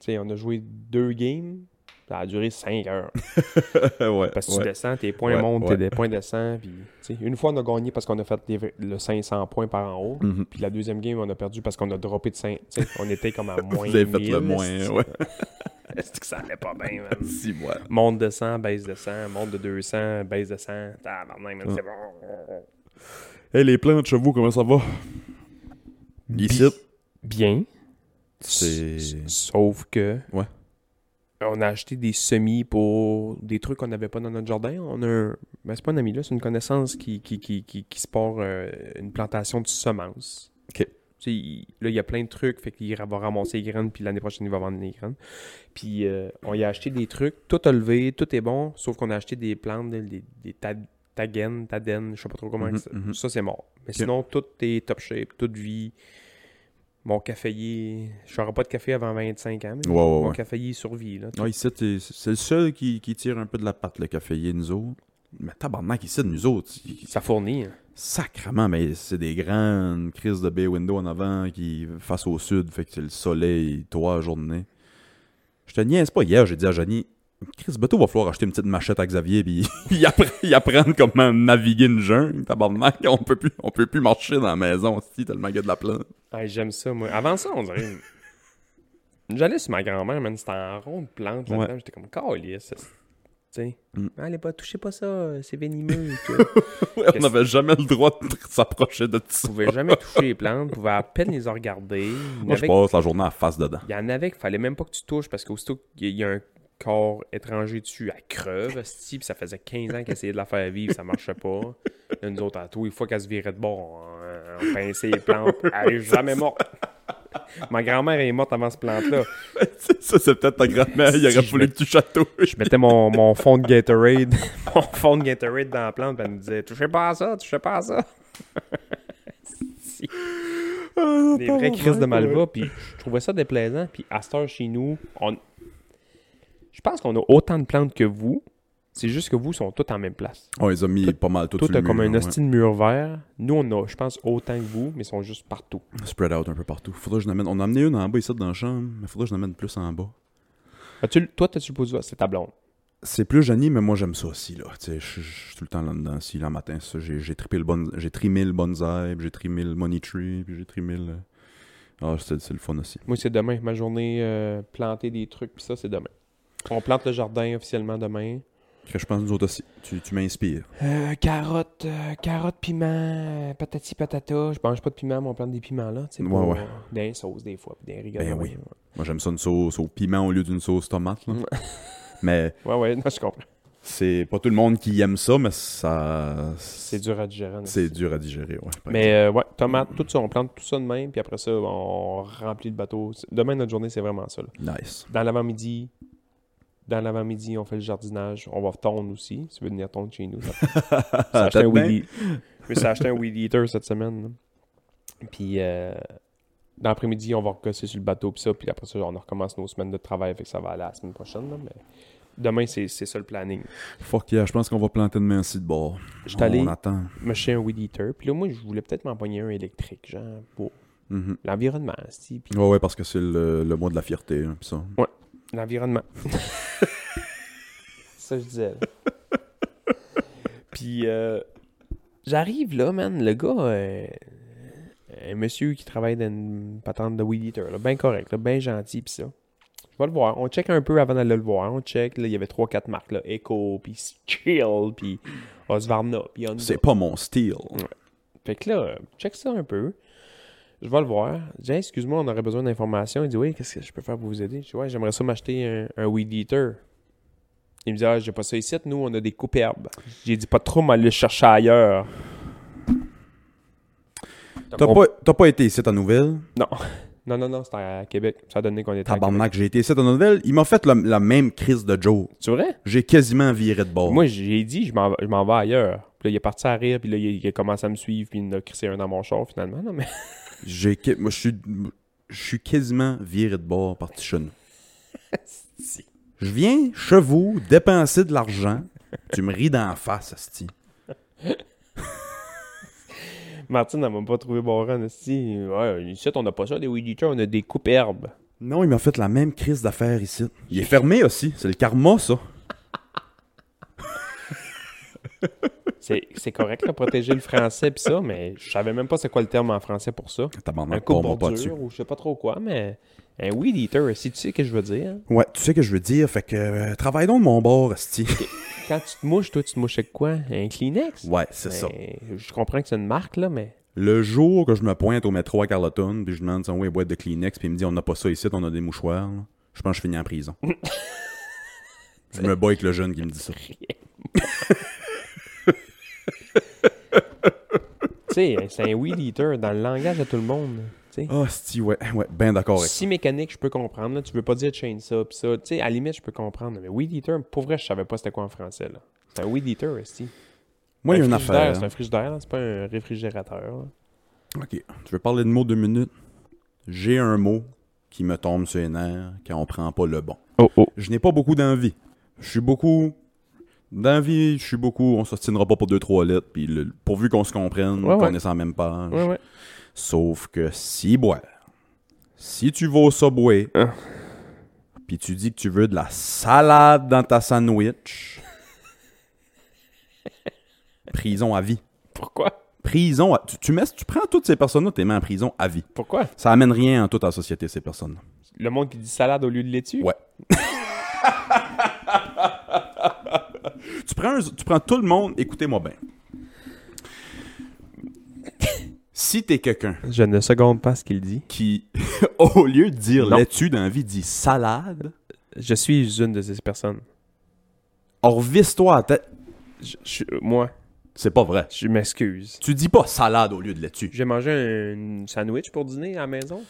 [SPEAKER 2] Tu sais, on a joué deux games. Ça a duré cinq heures.
[SPEAKER 1] ouais.
[SPEAKER 2] Parce que
[SPEAKER 1] ouais.
[SPEAKER 2] tu descends, tes points
[SPEAKER 1] Ouais,
[SPEAKER 2] montent,
[SPEAKER 1] ouais.
[SPEAKER 2] tes points descendent. Puis, tu sais, une fois, on a gagné parce qu'on a fait les- le 500 points par en haut.
[SPEAKER 1] Mhm.
[SPEAKER 2] Puis la deuxième game, on a perdu parce qu'on a droppé de 5. Tu sais, on était comme à moins.
[SPEAKER 1] Vous avez fait le
[SPEAKER 2] 1000,
[SPEAKER 1] moins,
[SPEAKER 2] est-ce que-
[SPEAKER 1] ouais.
[SPEAKER 2] Est-ce que ça allait pas bien, man?
[SPEAKER 1] Six mois.
[SPEAKER 2] Monte de 100, baisse de 100, monte de 200, baisse de 100. Tabarnak, man, c'est bon.
[SPEAKER 1] Hey, les plantes, chez vous, comment ça va? Ici,
[SPEAKER 2] Bien.
[SPEAKER 1] c'est.
[SPEAKER 2] S- Sauf que.
[SPEAKER 1] Ouais.
[SPEAKER 2] On a acheté des semis pour des trucs qu'on n'avait pas dans notre jardin. On a un. Ben, c'est pas un ami là, c'est une connaissance qui, qui, qui, qui, qui se porte une plantation de semences.
[SPEAKER 1] Ok.
[SPEAKER 2] Tu sais, il- là, il y a plein de trucs. Fait qu'il va ramasser les graines, puis l'année prochaine, il va vendre les graines. Puis euh, on y a acheté des trucs, tout a levé, tout est bon, sauf qu'on a acheté des plantes, des, des, des ta- tagen, taden, je sais pas trop comment.
[SPEAKER 1] Mhm,
[SPEAKER 2] ça,
[SPEAKER 1] mhm.
[SPEAKER 2] ça, c'est mort. Mais
[SPEAKER 1] Ok.
[SPEAKER 2] sinon, tout est top shape, toute vie. Mon caféier, je n'aurai pas de café avant 25 ans, mais
[SPEAKER 1] Ouais, ouais,
[SPEAKER 2] mon
[SPEAKER 1] ouais.
[SPEAKER 2] caféier survit. Là.
[SPEAKER 1] Ouais, ici, t'es- c'est le seul qui, qui tire un peu de la patte, le caféier, nous autres. Mais tabarnak, ici, nous autres, il-
[SPEAKER 2] Ça fournit. hein.
[SPEAKER 1] Sacrement, mais c'est des grandes crises de bay window en avant qui face au sud, fait que c'est le soleil, toi, journée. Je te niaise pas hier, j'ai dit à Johnny, Chris Beto va falloir acheter une petite machette à Xavier puis il, appre- il apprendre comment naviguer une jungle. Tabarnak, on peut plus, on peut plus marcher dans la maison aussi tellement il y a de la plante.
[SPEAKER 2] Ah, J'aime ça, moi. Avant ça, on dirait. J'allais sur ma grand-mère, man, c'était en rond de plantes. là-dedans. J'étais comme, calisse. Tu sais,
[SPEAKER 1] Mm.
[SPEAKER 2] allez pas, touchez pas ça, euh, c'est venimeux. tu sais.
[SPEAKER 1] on n'avait jamais le droit de s'approcher de ça.
[SPEAKER 2] pouvait jamais toucher les plantes, pouvait à peine les regarder. Il y,
[SPEAKER 1] Moi, je
[SPEAKER 2] avait-
[SPEAKER 1] passe la journée à face dedans.
[SPEAKER 2] il y en avait qu'il fallait même pas que tu touches parce qu'aussitôt qu'il y a un corps étranger dessus, elle creve, hostie, puis ça faisait 15 ans qu'elle essayait de la faire vivre, ça marchait pas. Là, nous autres, à tous les fois qu'elle se virait de bord, on, on pinçait les plantes, elle est jamais morte. Ma grand-mère est morte avant ce plante-là.
[SPEAKER 1] ça, c'est peut-être ta grand-mère, il
[SPEAKER 2] Si,
[SPEAKER 1] aurait
[SPEAKER 2] je
[SPEAKER 1] fallu
[SPEAKER 2] me-
[SPEAKER 1] que tu châteaux.
[SPEAKER 2] Je mettais mon, mon fond de Gatorade, mon fond de Gatorade dans la plante, puis elle me disait « Touchez pas à ça, touchez pas à ça! »
[SPEAKER 1] Ah,
[SPEAKER 2] des vraies crises de malva, puis je trouvais ça déplaisant. Puis à cette heure, chez nous, on... je pense qu'on a autant de plantes que vous. C'est juste que vous sont toutes en même place.
[SPEAKER 1] On les a mis
[SPEAKER 2] Tout-
[SPEAKER 1] pas mal tout,
[SPEAKER 2] Tout
[SPEAKER 1] sur le
[SPEAKER 2] a comme
[SPEAKER 1] mur,
[SPEAKER 2] un
[SPEAKER 1] ouais.
[SPEAKER 2] hostile mur vert. Nous, on a, je pense, autant que vous, mais ils sont juste partout.
[SPEAKER 1] spread out un peu partout. Faudrait que je n'amène. On a amené une en bas ici dans la chambre, mais faudrait que je n'amène plus en bas.
[SPEAKER 2] As-tu, toi, t'as-tu le pouce C'est ta blonde.
[SPEAKER 1] C'est plus Johnny, mais moi j'aime ça aussi là. Tu sais, je je- je suis tout le temps là-dedans. Si là matin, ça, j'ai j'ai trippé le bon, j'ai trimé le bonsaï, puis j'ai trimé le money tree, puis j'ai trimé le. Ah, c'est c'est le fun aussi.
[SPEAKER 2] Moi, c'est demain. Ma journée, euh, planter des trucs, puis ça, c'est demain. On plante le jardin officiellement demain.
[SPEAKER 1] Que je pense nous autres aussi. Tu, tu m'inspires.
[SPEAKER 2] Euh, carottes, euh, carottes, piment, euh, patati patata. Je mange pas de piment, mais on plante des piments là. tu sais,
[SPEAKER 1] Ouais,
[SPEAKER 2] pour,
[SPEAKER 1] ouais.
[SPEAKER 2] euh, Des sauces des fois, puis des rigoles.
[SPEAKER 1] Ben oui. Moi j'aime ça une sauce au piment au lieu d'une sauce tomate là.
[SPEAKER 2] Mm.
[SPEAKER 1] mais
[SPEAKER 2] Ouais, ouais, non, je comprends.
[SPEAKER 1] c'est pas tout le monde qui aime ça, mais ça.
[SPEAKER 2] C'est dur à digérer. en
[SPEAKER 1] C'est
[SPEAKER 2] esti.
[SPEAKER 1] dur à digérer, ouais. par
[SPEAKER 2] Mais euh, ouais, tomates, tout ça, on plante tout ça demain, puis après ça, on remplit le bateau. C'est- Demain, notre journée, c'est vraiment ça. là.
[SPEAKER 1] exemple. Nice.
[SPEAKER 2] Dans l'avant-midi, dans l'avant-midi, on fait le jardinage. On va tondre aussi. Si tu veux venir tondre chez nous, ça Je me suis acheté un
[SPEAKER 1] Peut-être bien.
[SPEAKER 2] weed eat- je me suis acheté un weed eater cette semaine. là. Puis, euh, dans l'après-midi, on va recosser sur le bateau, puis ça. Puis après ça, on recommence nos semaines de travail, fait que ça va aller la semaine prochaine. là, mais Demain, c'est c'est ça le planning.
[SPEAKER 1] Fuck yeah, je pense qu'on va planter demain aussi de bord.
[SPEAKER 2] Je
[SPEAKER 1] On
[SPEAKER 2] suis allé
[SPEAKER 1] attend.
[SPEAKER 2] me chercher un weed eater. Puis là, moi, je voulais peut-être m'empoigner un électrique, genre, pour
[SPEAKER 1] Mhm.
[SPEAKER 2] l'environnement, si. Puis
[SPEAKER 1] Ouais, ouais, parce que c'est le, le mois de la fierté, hein, pis ça.
[SPEAKER 2] l'environnement. ça, je disais. là. Puis, euh, j'arrive là, man. Le gars, euh, un monsieur qui travaille dans une patente de weed eater, là, bien correct, là, bien gentil, puis ça. Je vais le voir. On check un peu avant d'aller le voir. On check. Là, il y avait 3-4 marques. Là. Echo, puis Chill, puis Osvarna, puis Honda.
[SPEAKER 1] C'est pas mon style.
[SPEAKER 2] Fait que là, euh, check ça un peu. Je vais le voir. Je dis, Hey, excuse-moi, on aurait besoin d'informations. Il dit, oui, qu'est-ce que je peux faire pour vous aider? Je dis, ouais, j'aimerais ça m'acheter un, un weed eater. Il me dit, ah, j'ai pas ça ici. Nous, on a des coupes herbes. J'ai dit, pas trop, mais allez le chercher ailleurs.
[SPEAKER 1] T'as
[SPEAKER 2] T'as
[SPEAKER 1] pas, t'as pas été ici à Nouvelle?
[SPEAKER 2] Non. Non, non, non, c'était à Québec. Ça a donné qu'on était à Québec.
[SPEAKER 1] Tabarnak, j'ai été ici à Nouvelle. Il m'a fait la, la même crise de Joe.
[SPEAKER 2] C'est vrai?
[SPEAKER 1] J'ai quasiment viré de bord.
[SPEAKER 2] Moi, j'ai dit, je m'en vais- je m'en vais ailleurs. Puis là, il est parti à rire, puis là, il a, il a commencé à me suivre, puis il en a crissé un dans mon char, finalement. Non, mais...
[SPEAKER 1] J'ai, que- moi, je suis, je suis quasiment viré de bord par chez nous. Je viens chez vous dépenser de l'argent. Tu me ris dans la face, Asti.
[SPEAKER 2] Martine, elle m'a pas trouvé bon aussi. Ouais, ici, on n'a pas ça, des weed eaters, on a des coupes herbes.
[SPEAKER 1] Non, il m'a fait la même crise d'affaires ici. Il est fermé aussi. C'est le karma, ça.
[SPEAKER 2] C'est c'est correct, là, protéger le français pis ça, mais je savais même pas c'est quoi le terme en français pour ça. Un
[SPEAKER 1] Tabarnak,
[SPEAKER 2] coupe
[SPEAKER 1] parle-moi pas dessus.
[SPEAKER 2] bordure ou je sais pas trop quoi, mais un weed eater, si tu sais ce que je veux dire.
[SPEAKER 1] Ouais, tu sais que je veux dire. Fait que euh, travaille donc de mon bord, Asti.
[SPEAKER 2] Quand tu te mouches, toi, tu te mouches avec quoi? Un Kleenex?
[SPEAKER 1] Ouais, c'est
[SPEAKER 2] Ben,
[SPEAKER 1] ça.
[SPEAKER 2] Je comprends que c'est une marque, là, mais
[SPEAKER 1] Le jour que je me pointe au métro à Carleton, puis je demande son où est la boîte de Kleenex, puis il me dit on n'a pas ça ici, on a des mouchoirs. là. Je pense que je finis en prison. je me bats avec le jeune qui me dit ça.
[SPEAKER 2] tu sais, c'est un weed eater dans le langage de tout le monde. tu sais.
[SPEAKER 1] Ah, si, ouais, ouais, ben d'accord avec ça.
[SPEAKER 2] Si mécanique, je peux comprendre. Là, tu veux pas dire chain ça, pis ça. Tu sais, à la limite, je peux comprendre. Mais weed eater, pour vrai, je savais pas c'était quoi en français, là. C'est un weed eater, aussi.
[SPEAKER 1] Moi, il y a une
[SPEAKER 2] frigidaire,
[SPEAKER 1] affaire.
[SPEAKER 2] C'est un frigidaire, là, c'est pas un réfrigérateur. là.
[SPEAKER 1] Ok, tu veux parler de mots deux minutes J'ai un mot qui me tombe sur les nerfs quand on prend pas le bon.
[SPEAKER 2] Oh, oh.
[SPEAKER 1] Je n'ai pas beaucoup d'envie. Je suis beaucoup. D'envie, je suis beaucoup. On s'ostinera pas pour deux, trois lettres, puis le- pourvu qu'on se comprenne,
[SPEAKER 2] Ouais,
[SPEAKER 1] qu'on
[SPEAKER 2] ouais.
[SPEAKER 1] est sur la même page.
[SPEAKER 2] Ouais, ouais.
[SPEAKER 1] Sauf que si boire, si tu vas au Subway,
[SPEAKER 2] Hein?
[SPEAKER 1] puis tu dis que tu veux de la salade dans ta sandwich, prison à vie.
[SPEAKER 2] Pourquoi?
[SPEAKER 1] Prison à... Tu, tu, mets, tu prends toutes ces personnes-là, tu les mets en prison à vie.
[SPEAKER 2] Pourquoi?
[SPEAKER 1] Ça amène rien en toute la société, ces personnes-là.
[SPEAKER 2] Le monde qui dit salade au lieu de laitue?
[SPEAKER 1] Ouais. Tu prends, un- tu prends tout le monde, écoutez-moi bien. Si t'es quelqu'un
[SPEAKER 2] Je ne seconde pas ce qu'il dit.
[SPEAKER 1] qui, au lieu de dire
[SPEAKER 2] Non.
[SPEAKER 1] laitue dans la vie, dit salade,
[SPEAKER 2] Je suis une de ces personnes.
[SPEAKER 1] Orvise-toi à tête.
[SPEAKER 2] Je- je- moi,
[SPEAKER 1] C'est pas vrai.
[SPEAKER 2] je m'excuse.
[SPEAKER 1] Tu dis pas salade au lieu de laitue.
[SPEAKER 2] J'ai mangé un sandwich pour dîner à la maison.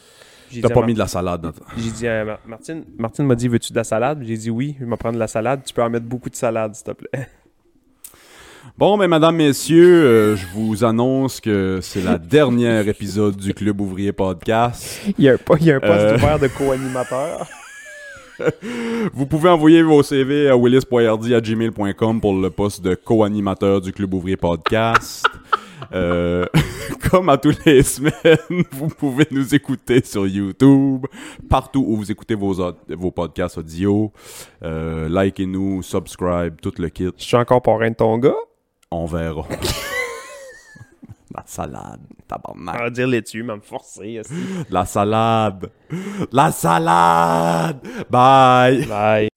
[SPEAKER 2] J'ai
[SPEAKER 1] T'as
[SPEAKER 2] dit à
[SPEAKER 1] pas
[SPEAKER 2] Mar-
[SPEAKER 1] mis de la salade dans ta-
[SPEAKER 2] J'ai dit à Mar- Martine, Martine m'a dit veux-tu de la salade J'ai dit oui, je vais me prendre de la salade. Tu peux en mettre beaucoup de salade, s'il te plaît.
[SPEAKER 1] Bon, ben, madame, messieurs, euh, je vous annonce que c'est la dernière épisode du Club Ouvrier Podcast.
[SPEAKER 2] Il y a un, po- il y a un poste
[SPEAKER 1] Euh.
[SPEAKER 2] ouvert de co-animateur.
[SPEAKER 1] Vous pouvez envoyer vos CV à willis.hardy@gmail.com pour le poste de co-animateur du Club Ouvrier Podcast. Euh, comme à toutes les semaines, vous pouvez nous écouter sur YouTube, partout où vous écoutez vos, od- vos podcasts audio. Euh, Likez-nous, subscribe, tout le kit.
[SPEAKER 2] Je suis encore parrain de ton gars.
[SPEAKER 1] On verra. La salade,
[SPEAKER 2] On
[SPEAKER 1] tabarnak.
[SPEAKER 2] va Ah, dire laitue, mais me forcer. esti.
[SPEAKER 1] La salade. La salade. Bye.
[SPEAKER 2] Bye.